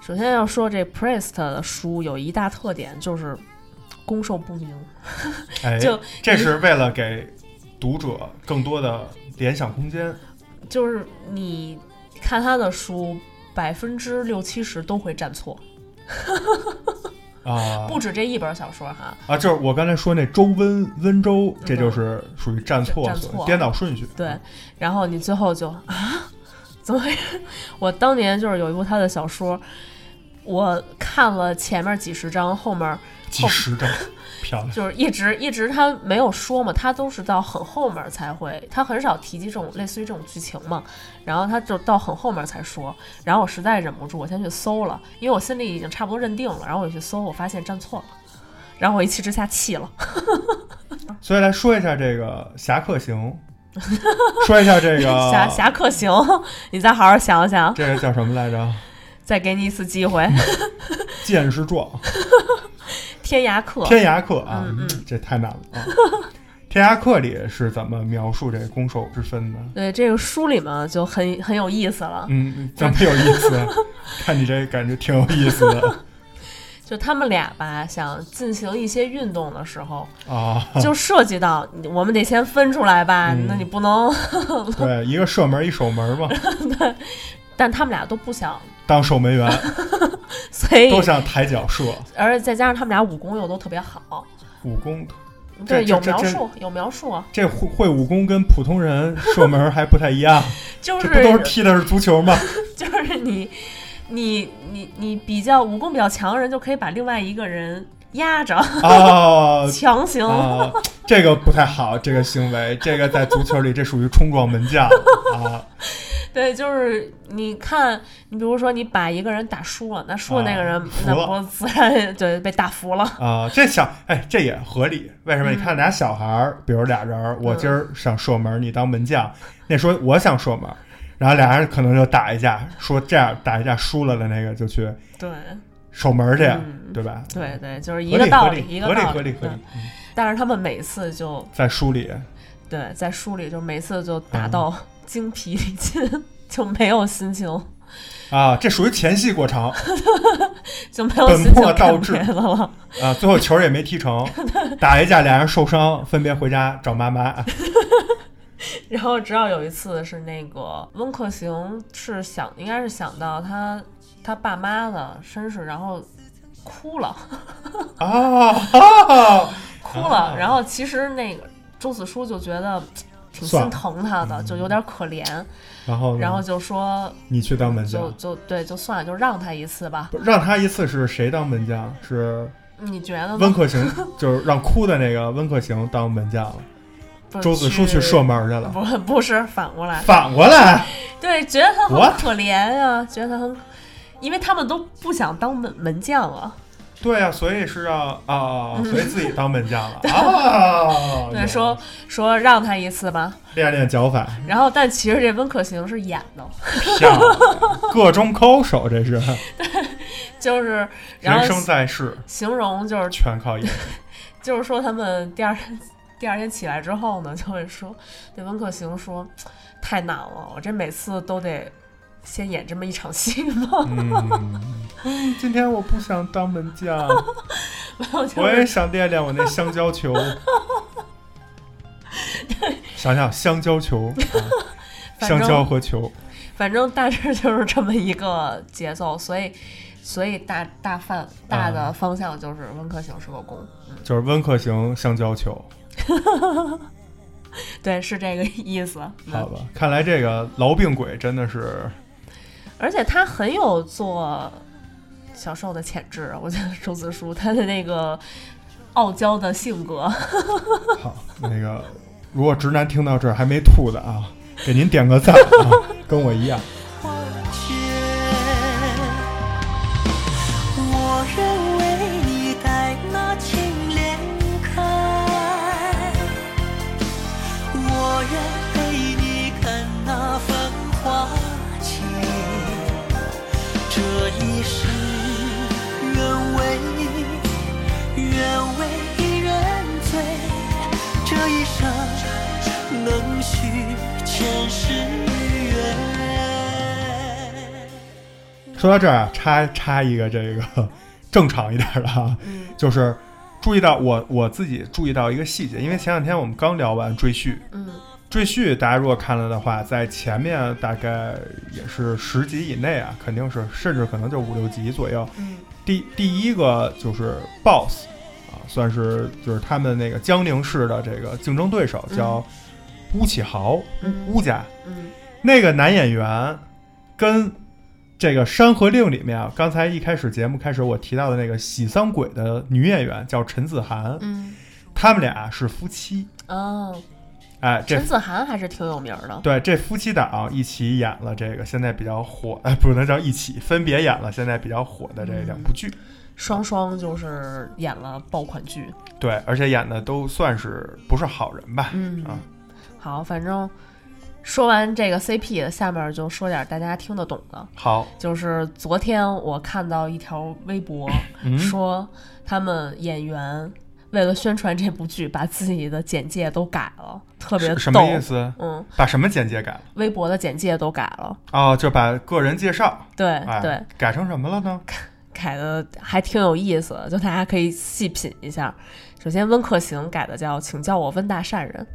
首先要说这 Priest 的书有一大特点就是攻受不明，
哎，
就
这是为了给读者更多的联想空间。
就是你看他的书，百分之六七十都会站错，
啊
不止这一本小说哈。
啊！就是我刚才说那周温温州，这
嗯
就是属于站错，
站
所谓
错
颠倒顺序。
对，然后你最后就啊，怎么回事？我当年就是有一部他的小说，我看了前面几十章，后面
几十张，漂亮。
就是一直一直他没有说嘛，他都是到很后面才会，他很少提及这种类似于这种剧情嘛，然后他就到很后面才说，然后我实在忍不住，我先去搜了，因为我心里已经差不多认定了，然后我就去搜，我发现站错了，然后我一气之下气了，
所以来说一下这个《侠客行》，说一下这个
侠侠客行，你再好好想想，
这个叫什么来着？
再给你一次机 会，
剑 士壮，
天涯客，
天涯客啊，
嗯
这太难了啊！ 天涯客里是怎么描述这个攻守之分的？
对这个书里面就很很有意思了，
嗯，怎么有意思？看你这感觉挺有意思的
就他们俩吧，想进行一些运动的时候，
啊！
就涉及到你我们得先分出来吧，
嗯
那你不能，
对，一个射门，一守门嘛，
但他们俩都不 想，
当守门员
所以
都想抬脚射，
而且再加上他们俩武功又都特别好，
武功这
对，有
这
描
这
述有描述啊，
这会会武功跟普通人射门还不太一样，
就
这不 都是
是
踢的是足球 吗？
就是你你你你比较武功比较强的人就可以把另外一个人压着，
哦，
强行。
啊，这个不太好，这个行为，这个在足球里这属于冲撞门将啊。
对，就是你看，你比如说你把一个人打输了，那输的那个人
啊服
那
了
不自然 就被打服了。
啊、这小哎，这也合理。为什么？你看俩小孩儿，比如俩人儿，
嗯
我今儿想射门，你当门将，那说我想射门，然后俩人可能就打一架，说这样打一架输了的那个就去
对
守门去，对吧？
对对，就是嗯
合
一个
理
道
合
理，一
理
个
合理
道
合理
理。
合
对
理，，嗯
但是他们每次就
在书里
对在书里就每次就打
嗯
到精疲力尽， 就没有心情，
啊，这属于前戏过长
就没有
本
心情
末倒
干
置
别的了。
啊，最后球儿也没踢成，打一架，俩人受伤，分别回家找妈 妈。
然后直到有一次是那个温客行是想，应该是想到他他爸妈的身世，然后哭了，
啊啊！
哭了。
啊
然后其实那个周子舒就觉得挺心
算了嗯
疼他的，就有点可怜，
然后呢
然后就说
你去当门
就
将，
就对，就算了，就让他一次吧。
不让他一次是谁当门将？是
你觉得
温
呢？
客行就是让哭的那个温客行当门 将了，
不是
周子舒去射门去了，
不不是反过来，
反过来
对，觉得他很
What？
可怜呀、觉得他很，因为他们都不想当门门将了。
对啊，所以是让啊，所以自己当门将了 啊。
嗯对，说说让他一次吧，
练练脚 法，
然后，但其实这温客行是演的，
漂亮，各种高手，这是
就是 然
人生
后
在世
形容就是
全 靠演技。
就是说他们第二天第二天起来之后呢，就 会说对温客行说太难了，我这每次都得先演这么一场戏吗？
嗯，嗯今天我不想当 门将，
然后就
我也
是
想练练我那香蕉 球。想想香蕉球，啊、
反正
香蕉和球，
反正大致就是这么一个节奏，所以所以大大范大的方向就是温客行是个攻，
就是温客行香蕉球，
对，是这个意思。嗯
好吧？ 看来这个痨病鬼真的 是
而且他很有做小受的潜质，我觉得周子舒他的那个傲娇的性格，
好。那个，如果直男听到这儿还没吐的啊，给您点个赞 啊，跟我一样。
花前，我愿为你戴那金莲铠，我愿陪你看那繁花起，这一生愿为愿为一人醉，这一生。能续前世缘。
说到这儿啊，插插一个这个 正常一点的啊，就是注意到我我自己注意到一个细节，因为前两天我们刚聊完《赘婿》，
嗯，
《赘婿》大家如果看了的话，在前面大概也是十集以内啊，肯定是甚至可能就五六集左右。
嗯，
第第一个就是 BOSS 啊，算是就是他们那个江宁市的这个竞争对手叫巫启豪，
嗯
巫家，
嗯，
那个男演员跟这个《山河令》里面啊，刚才一开始节目开始我提到的那个喜丧鬼的女演员叫陈子涵，
嗯，
他们俩是夫妻，
哦，
哎，这
陈子涵还是挺有名儿的，
对这夫妻档啊一起演了这个现在比较火，哎，不能叫一起，分别演了现在比较火的这两部剧，
双双就是演了爆款剧。
对，而且演的都算是不是好人吧，
嗯
啊，
好，反正说完这个 CP，下面就说点大家听得懂的。
好，
就是昨天我看到一条微博，
嗯
说他们演员为了宣传这部剧，把自己的简介都改了，特别
是
逗。
什么意思？
嗯，
把什么简介改了？
微博的简介都改了，
哦，就把个人介绍，
对、
哎，
对，，
改成什么了呢？
改的还挺有意思的，就大家可以细品一下。首先，温客行改的叫“请叫我温大善人”，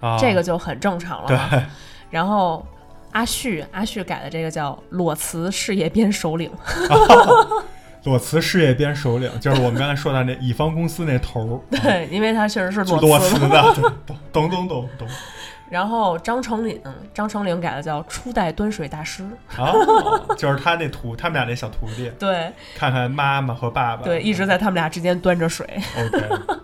啊，
这个就很正常了
对。
嘛。然后阿旭，阿旭改的这个叫“裸辞事业编首 领
裸辞事业编首领，就是我们刚才说到那乙方公司那头”，儿，
对，因为他确实是
就
裸
裸
辞
辞
了。
的，对懂懂懂懂懂。
然后张成岭，张成岭改的叫初代端水大师。
哦，就是他那徒，他们俩那小徒弟，
对
看看妈妈和爸爸，
对，一直在他们俩之间端着水。
OK。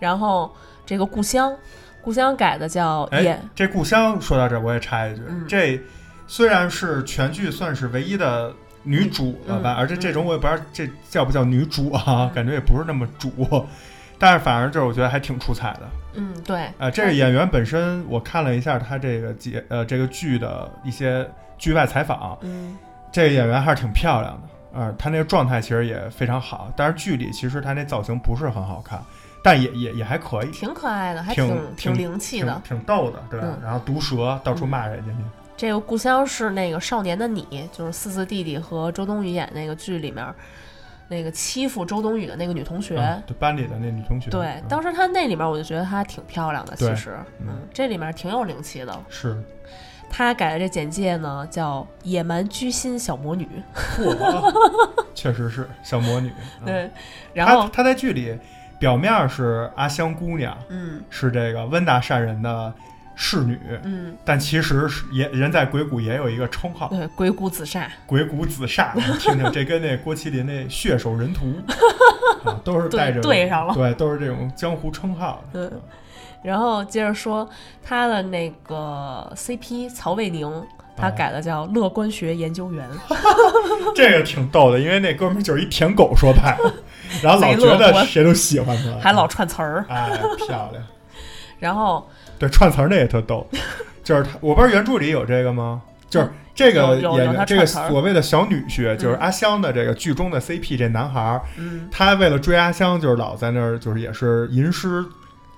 然后这个故乡，故乡改的叫
哎
演，，
这故乡说到这，儿，我也插一句，
嗯
这虽然是全剧算是唯一的女主了
嗯
吧，而且这种我也不知道这叫不叫女主啊，感觉也不是那么主，但是反而就是我觉得还挺出彩的。
嗯，对，
呃，这个演员本身，我看了一下他这个节呃这个剧的一些剧外采访，
嗯，
这个演员还是挺漂亮的，呃，她那个状态其实也非常好，但是剧里其实她那造型不是很好看，但也也也还可以，
挺可爱的，还
挺
挺
挺
灵气的。
挺挺逗的，对吧？
嗯
然后毒舌，到处骂人家去。
这个故乡是那个《少年的你》，就是四四弟弟和周冬雨演那个剧里面，那个欺负周冬雨的那个女同学。
啊对班里的那女同学，
对
嗯，
当时她那里面我就觉得她挺漂亮的，
对
其实，
嗯
嗯，这里面挺有灵气的。
是，
她改的这简介呢叫“野蛮居心小魔女
嚯，确实是小魔女。”，嗯，
对，然后
她她在剧里表面是阿香姑娘，
嗯
是这个温达善人的侍女，
嗯，
但其实是也人在鬼谷也有一个称号
对，鬼谷子煞，
“鬼谷子煞”，你听听这跟那郭麒麟那血手 人屠啊，都是
对
带着
对上了
对，都是这种江湖称号的。
嗯，然后接着说她的那个 CP 曹卫宁，她
啊
改的叫乐观学研究 员，
这个挺逗的，因为那哥们儿就是一舔狗说派，然后老觉
贼乐
得
观
谁都喜欢他，
还老串词儿，
哎漂亮。
然后
对，串词儿那也特 逗，就是他，我不知道原著里有这个吗？就是这个
嗯有有
演
有他
员，这
串
个
词儿
所谓的小女婿，就是
嗯
阿香的这个剧中的 CP 这男孩儿，
嗯
他为了追阿香，就是老在那儿，就是也是吟诗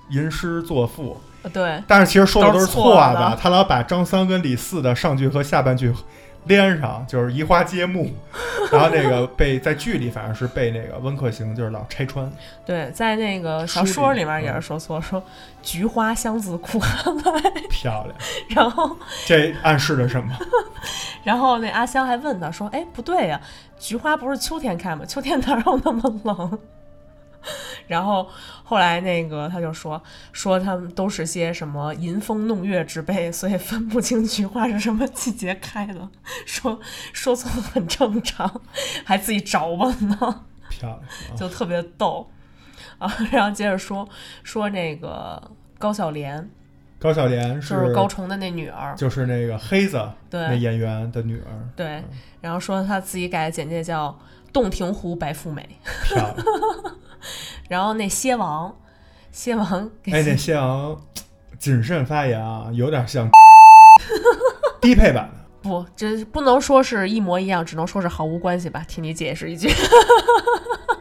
吟诗作赋，
呃对
但是其实说的都是错
都是错
的
的，
他老把张三跟李四的上句和下半句连上，就是移花 接木，然后那个被在剧里反正是被那个温客行就是老拆穿，
对，在那个小
书
说
里
里面也是
嗯
说错，说菊花香自苦寒来，
漂亮，
然后
这暗示 着什么？
然后那阿香还问他说：“哎，不对呀、菊花不是秋天开吗？秋天哪有那么冷？” 然后后来那个他就说说他们都是些什么吟风弄月之辈，所以分不清菊花是什么季节开的。说说错很正常，还自己找问呢，
漂亮，啊
就特别逗啊。 然后接着说说那个高孝廉，
高晓莲
就是高崇的那女儿，
就是那个黑子
对
那演嗯员的女儿，
对，然后说他自己改的简介叫洞庭湖白富美。
漂亮。
然后那蝎王，蝎王给、
哎，那谢阳谨慎发言啊，有点像低配版的。
不，这不能说是一模一样，只能说是毫无关系吧。替你解释一句，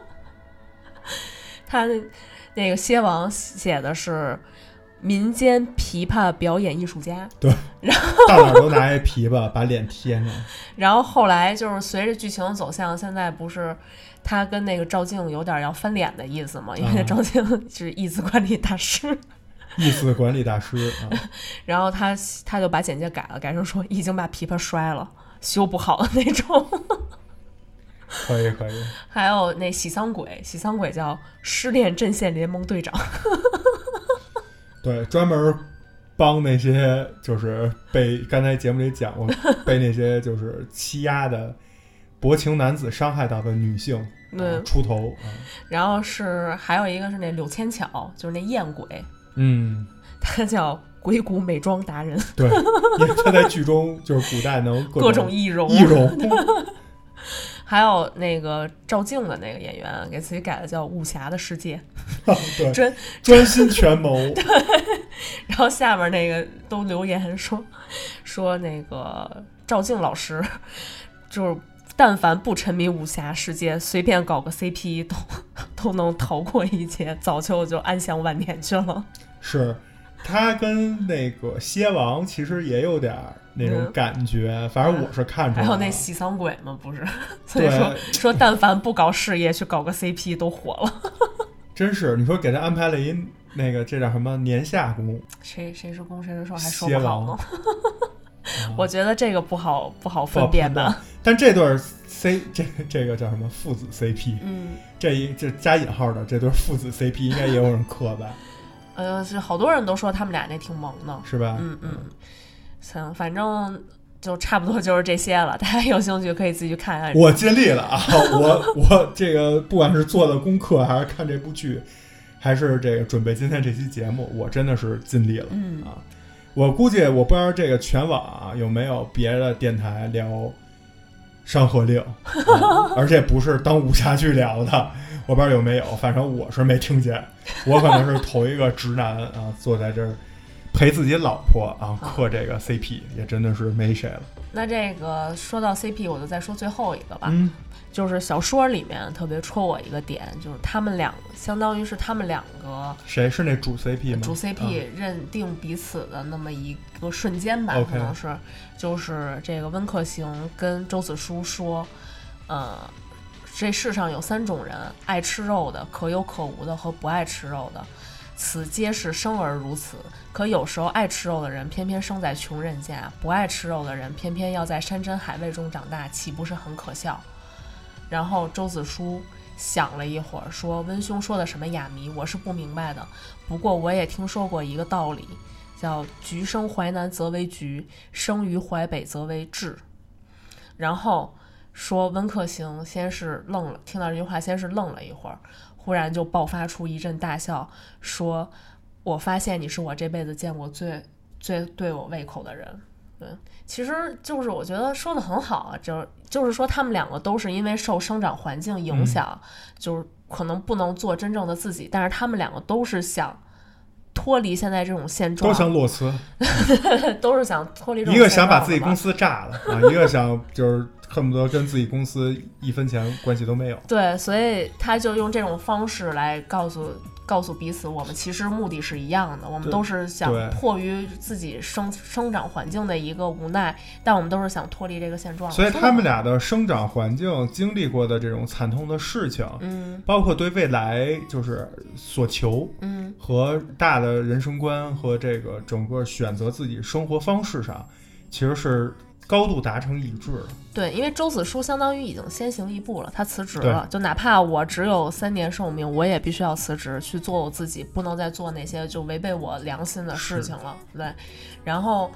他那那个蝎王写的是民间琵琶表演艺术家，
对，到哪儿都拿一琵琶把脸贴上，
然后后来就是随着剧情的走向，现在不是他跟那个赵静有点要翻脸的意思嘛？因为
嗯
赵静是艺术管理大师。
意思管理大师啊，
然后他他就把简介改了，改成说已经把琵琶摔了，修不好的那种。
可以可以，
还有那喜丧鬼，喜丧鬼叫失恋阵线联盟队长，
对，专门帮那些就是被刚才节目里讲过被那些就是欺压的薄情男子伤害到的女性。啊
嗯
出头啊，
然后是还有一个是那柳千巧，就是那艳鬼，
嗯，
他叫鬼谷美妆达人，
对，因为他在剧中就是古代能
各
种
种易容。
易容，
还有那个赵静的那个演员给自己改的叫武侠的世界，
对，
真。
专心权谋，
然后下面那个都留言说说那个赵静老师就是。但凡不沉迷武侠世界，随便搞个 CP 都都能逃过一劫，早就就安享晚年去了。
是他跟那个蝎王其实也有点儿那种
嗯
感觉，反正我是看出
还
来
有
了。
那喜丧鬼嘛，不是？ 所以
对
说说，但凡不搞事业，去搞个 CP 都火了。
真是你说给他安排了一那个这叫什么年下宫
谁谁是攻，谁是受，还说
蝎
不好
王
呢。，我觉得这个不好不好分辨
不好
吧
判。嗯但这对儿 C 这这个叫什么父子 CP，
嗯，
这一这加引号的这对儿父子 CP 应该也有人磕吧？
呃，是好多人都说他们俩那挺萌的。
是吧？
嗯嗯，行，反正就差不多就是这些了。大家有兴趣可以自己去看看。
我尽力了啊！ 我我这个不管是做的功课，还是看这部剧，还是这个准备今天这期节目，我真的是尽力了、
嗯
啊！我估计我不知道这个全网啊有没有别的电台聊《山河令》啊而且不是当武侠剧聊的，我不知道有没有，反正我是没听见。我可能是头一个直男啊，坐在这儿陪自己老婆啊嗑这个 CP，也真的是没谁了。
那这个说到 CP，我就再说最后一个吧，
嗯，
就是小说里面特别戳我一个点，就是他们两，相当于是他们两个
谁是那主 CP 吗？
主 CP
啊
认定彼此的那么一个瞬间吧，
OK
可能是，就是这个温客行跟周子舒说，呃，这世上有三种人，爱吃肉的、可有可无的和不爱吃肉的，此皆是生而如此。可有时候爱吃肉的人偏偏生在穷人家，不爱吃肉的人偏偏要在山珍海味中长大，岂不是很可笑？然后周子舒想了一会儿，说：“温兄说的什么哑谜，我是不明白的。不过我也听说过一个道理，叫‘橘生淮南则为橘，生于淮北则为枳’。”然后说温客行先是愣了，听到这句话先是愣了一会儿，忽然就爆发出一阵大笑，说：“我发现你是我这辈子见过最最对我胃口的人。”对，其实就是我觉得说的很好啊，就是就是说他们两个都是因为受生长环境影响，
嗯
就是可能不能做真正的自己，但是他们两个都是想脱离现在这种现状，
都想裸辞，
都是想脱啊离这种
一个想把自
现状
己
的嘛
公司炸了啊，一个想就是恨不得跟自己公司一分钱关系都没有。
对，所以他就用这种方式来告诉告诉彼此，我们其实目的是一样的，我们
对
都是想
对
迫于自己生生长环境的一个无奈，但我们都是想脱离这个现状。
所以
说
他们
得
俩的生长环境、经历过的这种惨痛的事情，
好，嗯
包括对未来就是所求
嗯
和大的人生观和这个整个选择自己生活方式上，其实是高度达成一致的。
对，因为周子舒相当于已经先行一步了，他辞职了，就哪怕我只有三年寿命，我也必须要辞职去做我自己，不能再做那些就违背我良心的事
是
情了。对，然后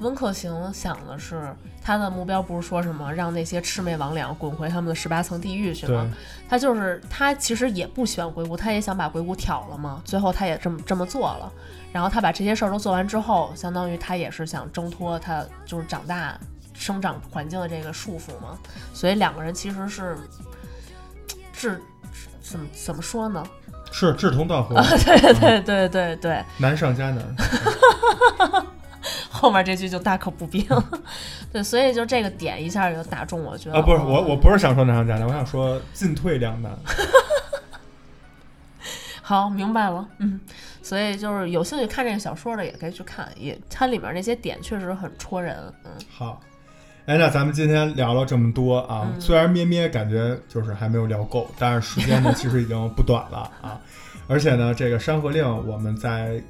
温客行想的是，他的目标不是说什么让那些魑魅魍魉滚回他们的十八层地狱去
对
吗？，他就是他其实也不喜欢鬼谷，他也想把鬼谷挑了嘛，最后他也这么这么做了。然后他把这些事儿都做完之后，相当于他也是想挣脱他就是长大生长环境的这个束缚嘛，所以两个人其实是志怎么怎么说 呢？
是志 同道合，
对对对对，
难上加 难。
后面这句就大可不必了。 对，所以就这个点一下就打中我，觉得
啊，不是
哦
我，我不是想说难上加难，我想说进退两难。
好，明白了，嗯， 所以就是有兴趣看这个小说的也可以去看，也它里面那些点确实很戳人，嗯，
好，哎，那咱们今天聊了这么多啊，虽然咩咩感觉就是还没有聊够，但是时间呢其实已经不短了啊，而且呢，这个《山河令》我们在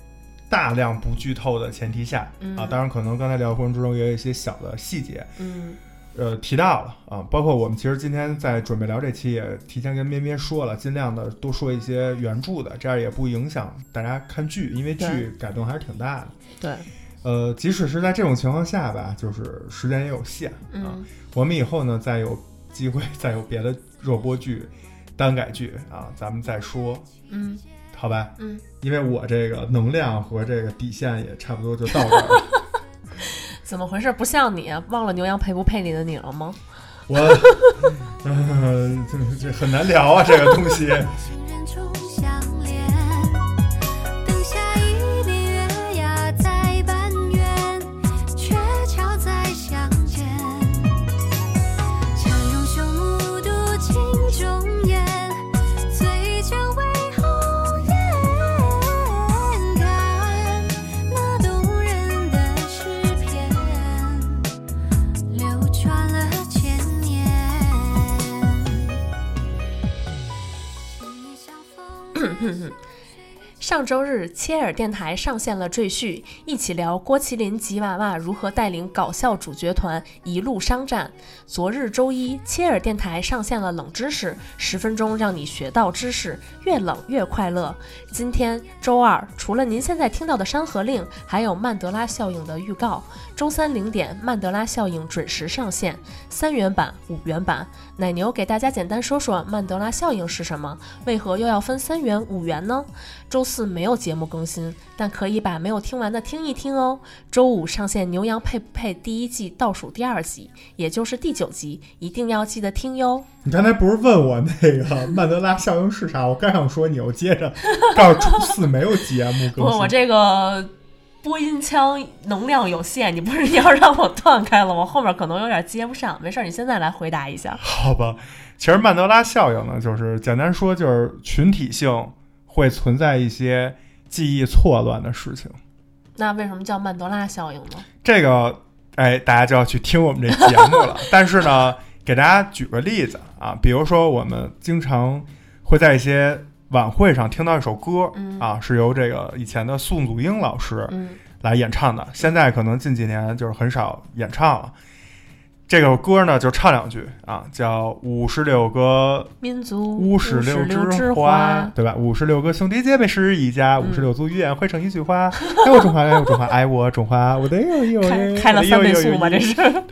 大量不剧透的前提下、啊，当然可能刚才聊过程之中也有一些小的细节，
嗯，
呃，提到了啊，包括我们其实今天在准备聊这期，也提前跟咩咩说了，尽量的多说一些原著的，这样也不影响大家看剧，因为
对
剧改动还是挺大的。
对，
呃，即使是在这种情况下吧，就是时间也有限啊。
嗯
我们以后呢，再有机会， 再有别的热播剧、单改剧啊，咱们再说，
嗯
好吧？
嗯，
因为我这个能量和这个底线也差不多就到这 儿了。
怎么回事？不像你啊忘了牛羊配不配你的你了吗？
我，嗯、这这很难聊啊，这个东西。
情人终相恋，等下一笔月牙在半圆，鹊桥再相见。强融胸目睹镜中眼，醉酒为红颜。看那动人的诗篇，流传了千年。心意相逢
上周日，切尔电台上线了赘婿，一起聊郭麒麟吉娃娃如何带领搞笑主角团一路商战。昨日周一，切尔电台上线了冷知识，十分钟让你学到知识，越冷越快乐。今天周二，除了您现在听到的《山河令》，还有《曼德拉效应》的预告。周三零点，《曼德拉效应》准时上线，三元版、五元版。奶牛给大家简单说说曼德拉效应是什么，为何又要分三元、五元呢？周四没有节目更新，但可以把没有听完的听一听哦。周五上线《牛羊配不配》第一季倒数第二集，也就是第九集，一定要记得听哟。
你刚才不是问我那个曼德拉效应是啥？我刚想说你又 接着告诉周四没有节目
不，
更新，
我这个播音腔能量有限，你不是要让我断开了吗？后面可能有点接不上，没事，儿，你现在来回答一下。
好吧，其实曼德拉效应呢，就是简单说就是群体性会存在一些记忆错乱的事情。
那为什么叫曼德拉效应呢？
这个，哎，大家就要去听我们这节目了。但是呢，给大家举个例子啊，比如说我们经常会在一些晚会上听到一首歌、啊，是由这个以前的宋祖英老师
嗯
来演唱的，现在可能近几年就是很少演唱了。这首歌呢，就唱两句啊，叫“五十六个
民族
五十
六
六枝
花，
对吧？五十六个兄弟姐妹是一家，
嗯
五十六族语言汇成一句话。爱我中华，爱我中华，爱我中华，我的哟哟
开
耶！
开了三倍速吧，
我的
这
哟哟哟
是。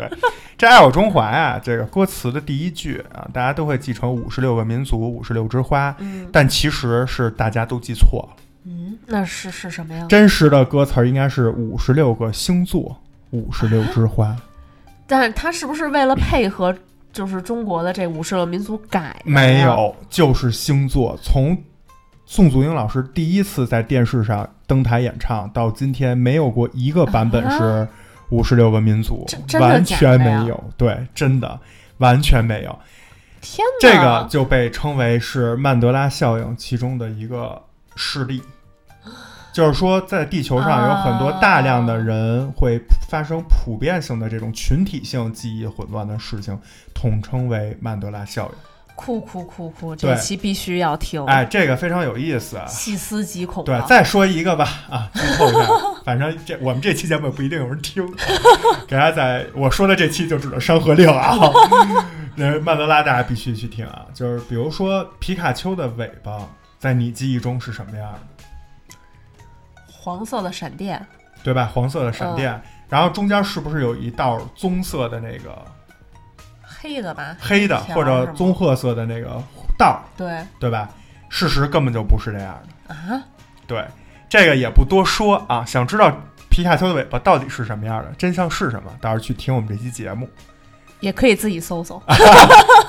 这爱我中华呀、这个歌词的第一句啊，大家都会记成五十六个民族，五十六枝花，
嗯
但其实是大家都记错了。
嗯，那是是什么呀？
真实的歌词儿应该是五十六个星座，五十
啊
六枝花。
但是他是不是为了配合就是中国的这五十个民族改？
没。有，就是星座。从宋祖英老师第一次在电视上登台演唱到今天，没有过一个版本是五十六个民族，
啊真真的
完全
假的
没
呀
有。对，真的完全没有。
天哪！
这个就被称为是曼德拉效应其中的一个事例，就是说，在地球上有很多大量的人会发生普遍性的这种群体性记忆混乱的事情，统称为曼德拉效应。
酷酷酷酷，这
对
期必须要听。
哎，这个非常有意思啊。
细思极恐
对
啊，！
再说一个吧，啊，剧透一下，反正这我们这期节目也不一定有 人听，给大家在我说的这期就指的《山河 令》啊，那曼德拉大家必须去听啊，就是比如说皮卡丘的尾巴在你记忆中是什么样的，
黄色的闪电，
对吧？黄色的
嗯
闪电，然后中间是不是有一道棕色的那个
黑的吧？
黑的
条
或者
是吗
棕褐色的那个道儿，
对
对吧？事实根本就不是这样的。
啊，
对，这个也不多说啊。想知道皮卡丘的尾巴到底是什么样的，真相是什么，到时候去听我们这期节目，
也可以自己搜搜。
哎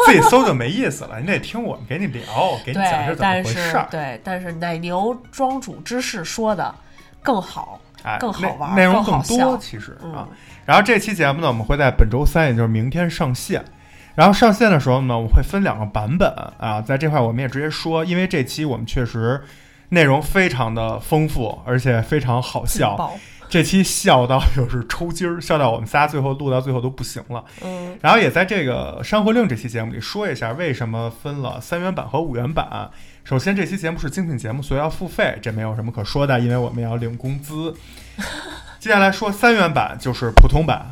自己搜就没意思了，你得听我们给你聊，给你讲
对
是，怎么
但
回
是
事儿。
对，但是奶牛庄主之事说的更好。
哎，
更好玩儿
内内容
更好
更多
笑
其实
嗯
啊。然后这期节目呢，我们会在本周三，也就是明天上线。然后上线的时候呢，我们会分两个版本啊，在这块我们也直接说，因为这期我们确实内容非常的丰富，而且非常好
劲
笑。
爆，
这期笑到就是抽筋儿，笑到我们仨最后录到最后都不行了。
嗯，
然后也在这个《山河令》这期节目里说一下为什么分了三元版和五元版。首先，这期节目是精品节目，所以要付费，这没有什么可说的，因为我们要领工资。接下来说三元版就是普通版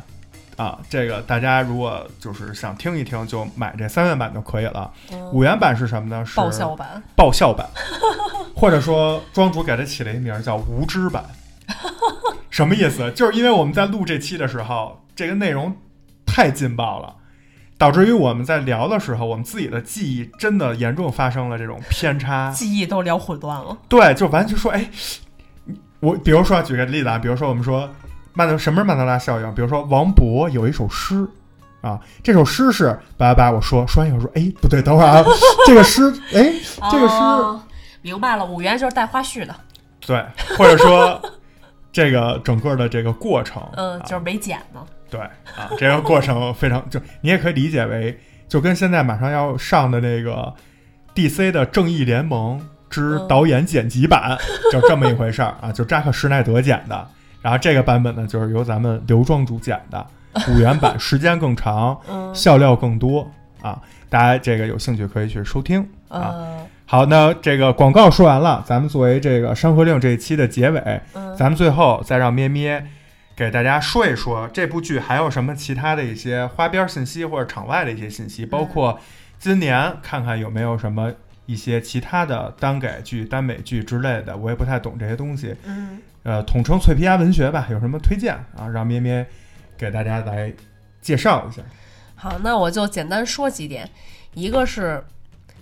啊，这个大家如果就是想听一听，就买这三元版就可以了。五元版是什么呢？是
嗯爆笑版，
爆 笑版，或者说庄主给它起了一名儿叫“无 知版”，什么意思？就是因为我们在录这期的时候，这个内容太劲爆了，导致于我们在聊的时候，我们自己的记忆真的严重发生了这种偏差。
记忆都聊混乱了。
对，就完全说，哎，我比如说啊举个例子啊，比如说我们说曼德什么是曼德拉效应，比如说王勃有一首诗啊，这首诗是叭叭叭，我说说完以后说，哎，不对，等会 儿啊，这个诗，哎，这个诗。
哦明白了，五元就是带花絮的，
对，或者说这个整个的这个过程，
嗯，就是
啊、
没剪呢。
对啊，这个过程非常，就你也可以理解为，就跟现在马上要上的那个 DC 的《正义联盟之
嗯
导演剪辑版》就这么一回事儿啊，就扎克施耐德剪的，然后这个版本呢，就是由咱们刘庄主剪的，五元版时间更长，
嗯
笑料更多啊，大家这个有兴趣可以去收听啊。
呃，
好，那这个广告说完了，咱们作为这个《山河令》这一期的结尾，咱们最后再让咩咩给大家说一说这部剧还有什么其他的一些花边信息或者场外的一些信息，包括今年看看有没有什么一些其他的耽改剧、耽美剧之类的，我也不太懂这些东西，
嗯，
呃，统称脆皮鸭文学吧，有什么推荐啊？让咩咩给大家来介绍一下。
好，那我就简单说几点，一个是。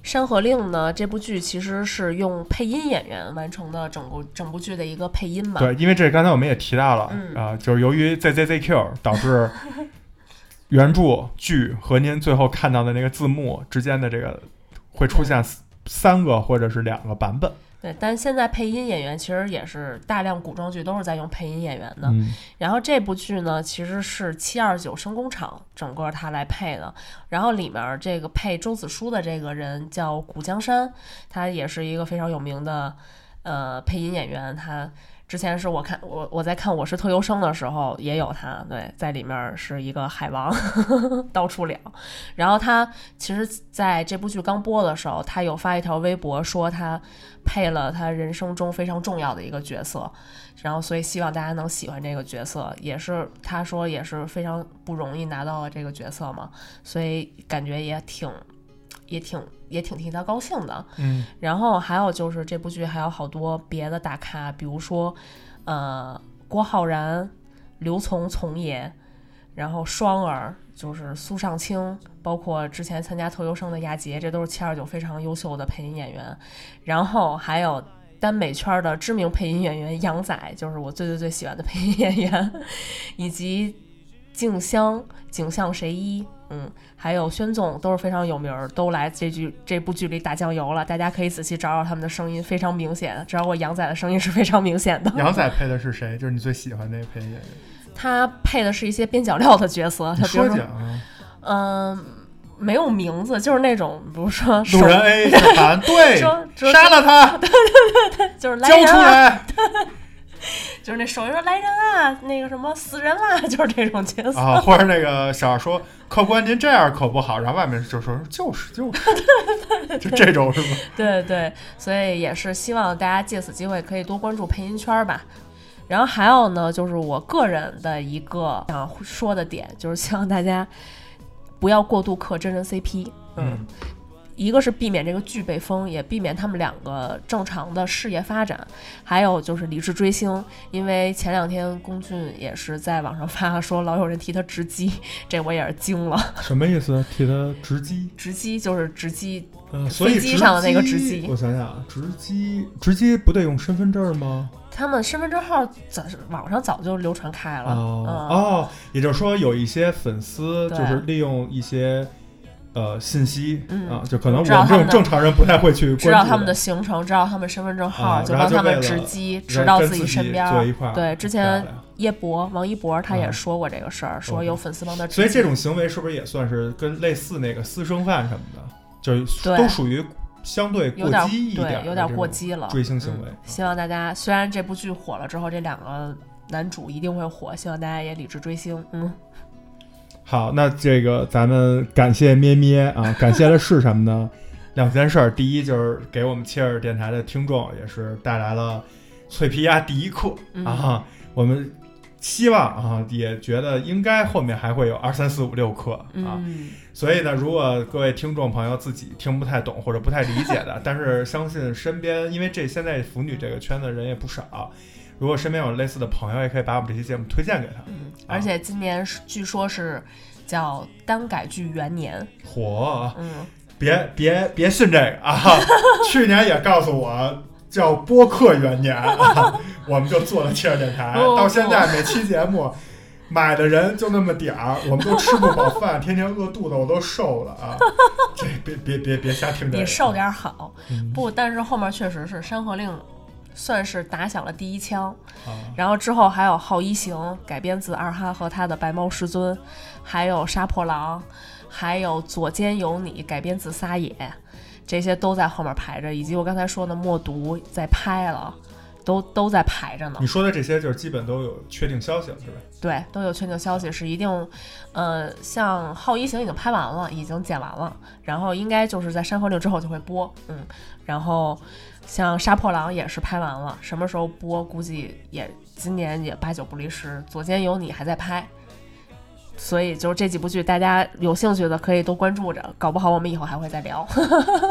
《山河令》呢，这部剧其实是用配音演员完成的整部整部剧的一个配音嘛。
对，因为这刚才我们也提到了，啊、
嗯
就是由于 ZZZQ 导致原著剧和您最后看到的那个字幕之间的这个会出现三个或者是两个版本。
对，但现在配音演员其实也是大量古装剧都是在用配音演员的。
嗯，
然后这部剧呢，其实是七二九声工厂整个他来配的，然后里面儿这个配周子舒的这个人叫古江山，他也是一个非常有名的呃配音演员，他。之前是我看我我在看《我是特优生》的时候也有他，对，在里面儿是一个海王， 到处聊。然后他其实在这部剧刚播的时候，他有发一条微博说他配了他人生中非常重要的一个角色，然后所以希望大家能喜欢这个角色，也是他说也是非常不容易拿到了这个角色嘛，所以感觉也挺也挺也挺替他高兴的。
嗯，
然后还有就是这部剧还有好多别的大咖，比如说呃郭浩然、刘从从爷，然后双儿。就是苏尚卿，包括之前参加特优生的亚杰，这都是七二九非常优秀的配音演员。然后还有耽美圈的知名配音演员杨仔，就是我最最最喜欢的配音演员，以及静香、景象谁一，嗯，还有宣纵都是非常有名儿，都来这剧这部剧里打酱油了。大家可以仔细找找他们的声音，非常明显。只要我杨仔的声音是非常明显的。
嗯杨仔配的是谁？就是你最喜欢那个配音演员。
他配的是一些边角料的角色，
你
他比如
说
说，
讲啊，
嗯、没有名字，就是那种，比如说手
路人哎 A 是反对
说，说
杀了他，
就是来
交
人
出
啊，
来
就是那手一说来人啊，那个什么死人啦、 就是这种角色。
啊，或者那个小孩说客官您这样可不好，然后外面就说就是就是， 就这种是吗？
对对，所以也是希望大家借此机会可以多关注配音圈儿吧。然后还有呢，就是我个人的一个想说的点，就是希望大家不要过度嗑真人 CP。
嗯，
一个是避免这个剧被封，也避免他们两个正常的事业发展，还有就是理智追星，因为前两天龚俊也是在网上发说老有人替他直击，这我也是惊了，
什么意思？替他直击？
直击就是直击，
嗯，所以
飞机上的那个直
机
机，
我想想啊，直机直机不得用身份证吗？
他们身份证号早网上早就流传开了，
哦、
嗯，
哦，也就是说有一些粉丝
对
就是利用一些呃信息、
嗯
啊，就可能我
知道
们这
他们
种
的
正常人不太会去关注
知道他们的行程，知道他们身份证号，
啊
就
然后
帮
就
他
为
们
了
直击，直
让
到
跟
自己
自己
身边
坐
儿
一块儿。
对，之
漂
前
亮
叶博王一博他也
嗯
说过这个事儿，说
OK
有粉丝帮他直击，
所以这种行为是不是也算是跟类似那个私生饭什么的，就是
对
都属于相对过
有点
激一点的
对，有点
这
过
种
激了。
追星行为啊
嗯。希望大家，虽然这部剧火了之后，这两个男主一定会火，希望大家也理智追星。嗯，
好，那这个咱们感谢咩咩啊，感谢的是什么呢？ 两件事儿，第一就是给我们切尔电台的听众也是带来了脆皮鸭第一课、
嗯
啊，我们希望啊，也觉得应该后面还会有二三四五六课啊，
嗯，
所以呢，如果各位听众朋友自己听不太懂或者不太理解的， 但是相信身边，因为这现在腐女这个圈子人也不少，如果身边有类似的朋友，也可以把我们这期节目推荐给他。
嗯而且今年是据说是叫单改剧元年。
火，
嗯，
别别别信这个啊！去年也告诉我叫播客元年啊，我们就做了切尔电台，
不
到现在每期节目。买的人就那么点儿，我们都吃不饱饭，天天饿肚子，我都瘦了啊！ 这别别别别瞎听这个，
你瘦点儿好，
嗯
不，但是后面确实是《山河令》。算是打响了第一枪，
啊！
然后之后还有《好一行》改编自二哈和他的《白猫师尊》，还有《杀破狼》，还有《左肩有你》改编自撒野，这些都在后面排着，以及我刚才说的《默读》在拍了，都都在排着呢
你。说的这些就是基本都有确定消息了，是吧？
对，都有确定消息，是一定，呃，像《浩一行》已经拍完了，已经剪完了，然后应该就是在《山河令》之后就会播，嗯，然后像《杀破狼》也是拍完了，什么时候播估计也今年也八九不离十，《左肩有你》还在拍。所以就是这几部剧，大家有兴趣的可以多关注着，搞不好我们以后还会再聊。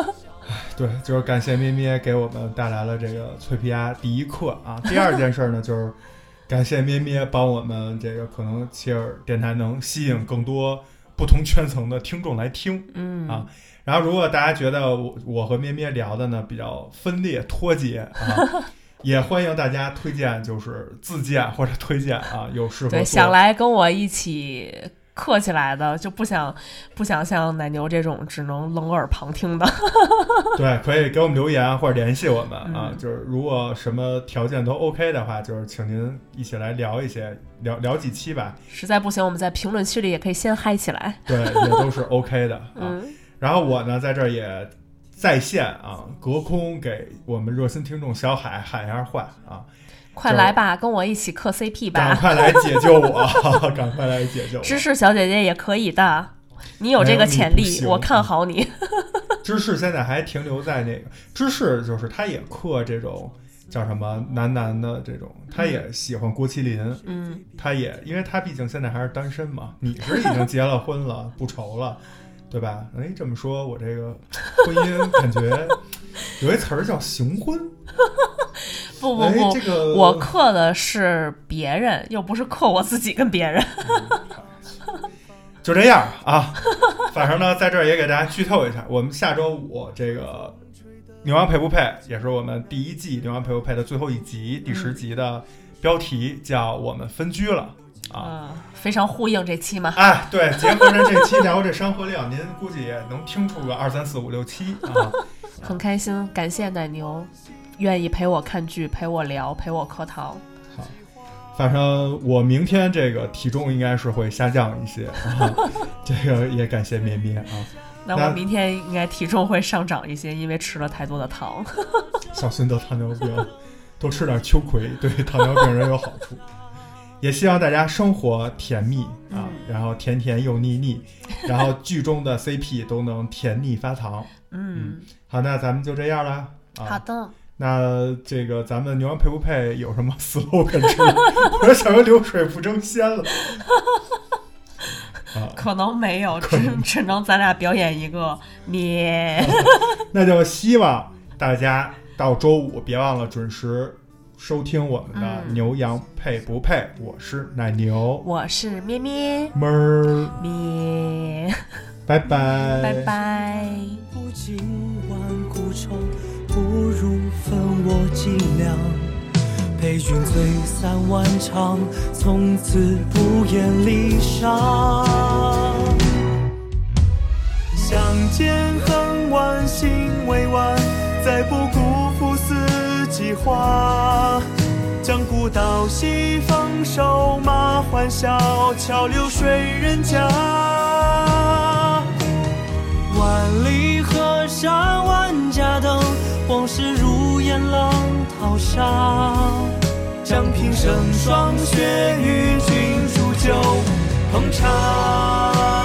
对，就是感谢咩咩给我们带来了这个脆皮鸭第一课啊。第二件事儿呢，就是感谢咩咩帮我们这个可能切尔电台能吸引更多不同圈层的听众来听。
嗯
啊然后，如果大家觉得我我和咩咩聊的呢比较分裂脱节啊， 也欢迎大家推荐，就是自荐或者推荐啊，有适合
对，
做
想来跟我一起客起来的，就不想不想像奶牛这种只能冷耳旁听的。
对，可以给我们留言或者联系我们啊。
嗯
就是如果什么条件都 OK 的话，就是请您一起来聊一些，聊聊几期 吧。
实在不行，我们在评论区里也可以先嗨起来。
对，也都是 OK 的啊。
嗯，
然后我呢，在这儿也在线啊，隔空给我们热心听众小海喊一下话 啊，
快来吧，跟我一起磕 CP
赶
吧，
快来解救 我，赶快来解救我。
芝士小姐姐也可以的，你有这
没有
个
哎你
潜
不
力，
行
我看好你。
芝士现在还停留在那个芝士，就是他也克这种叫什么男男的这种，他也喜欢郭麒麟，
嗯，
他也，因为他毕竟现在还是单身 嘛，你是已经结了婚了，不愁了，对吧？哎，这么说，我这个 婚姻感觉有一词儿叫“行婚
不”，不
哎
不，，
这个
我克的是别人，又不是克我自己跟别人。
就这样啊。反正呢，在这儿也给大家剧透一下，我们下周五这个《牛羊配不配》也是我们第一季《牛羊配不配》的最后一集，第十集的标题叫“我们分居了”啊。
嗯，非常呼应这期嘛。
哎，对，结合着这期聊这山河令，您估计也能听出个二三四五六七啊。
很开心，感谢奶牛，愿意陪我看剧，陪我聊，陪我课堂。
反正我明天这个体重应该是会下降一些， 啊、这个也感谢咩咩啊，
那
那
我明天应该体重会上涨一些，因为吃了太多的糖。
小心得糖尿病，多吃点秋葵对糖尿病人有好处。也希望大家生活甜蜜啊，然后甜甜又腻腻，然后剧中的 CP 都能甜腻发糖。
嗯，
好，那咱们就这样啦。啊、
好的，
那这个咱们牛羊配不配有什么 slogan 之类的？我想说流水不争先了。啊，
可能没有，
可
只
能
只 能咱俩表演一个你。
那就希望大家到周五别忘了准时收听我们的
嗯
牛羊配不配。我是奶 牛
我是咩咩
妹儿，
咩，
拜拜，
拜拜。
不尽万古愁，不如分我几两。陪君醉三万场，从此不言离殇。相见恨晚，心未晚，再不辜负四季花。江古道西风瘦马欢笑，桥流水人家。万里河山万家灯，往事如烟浪淘沙。将平生霜雪与君煮酒烹茶。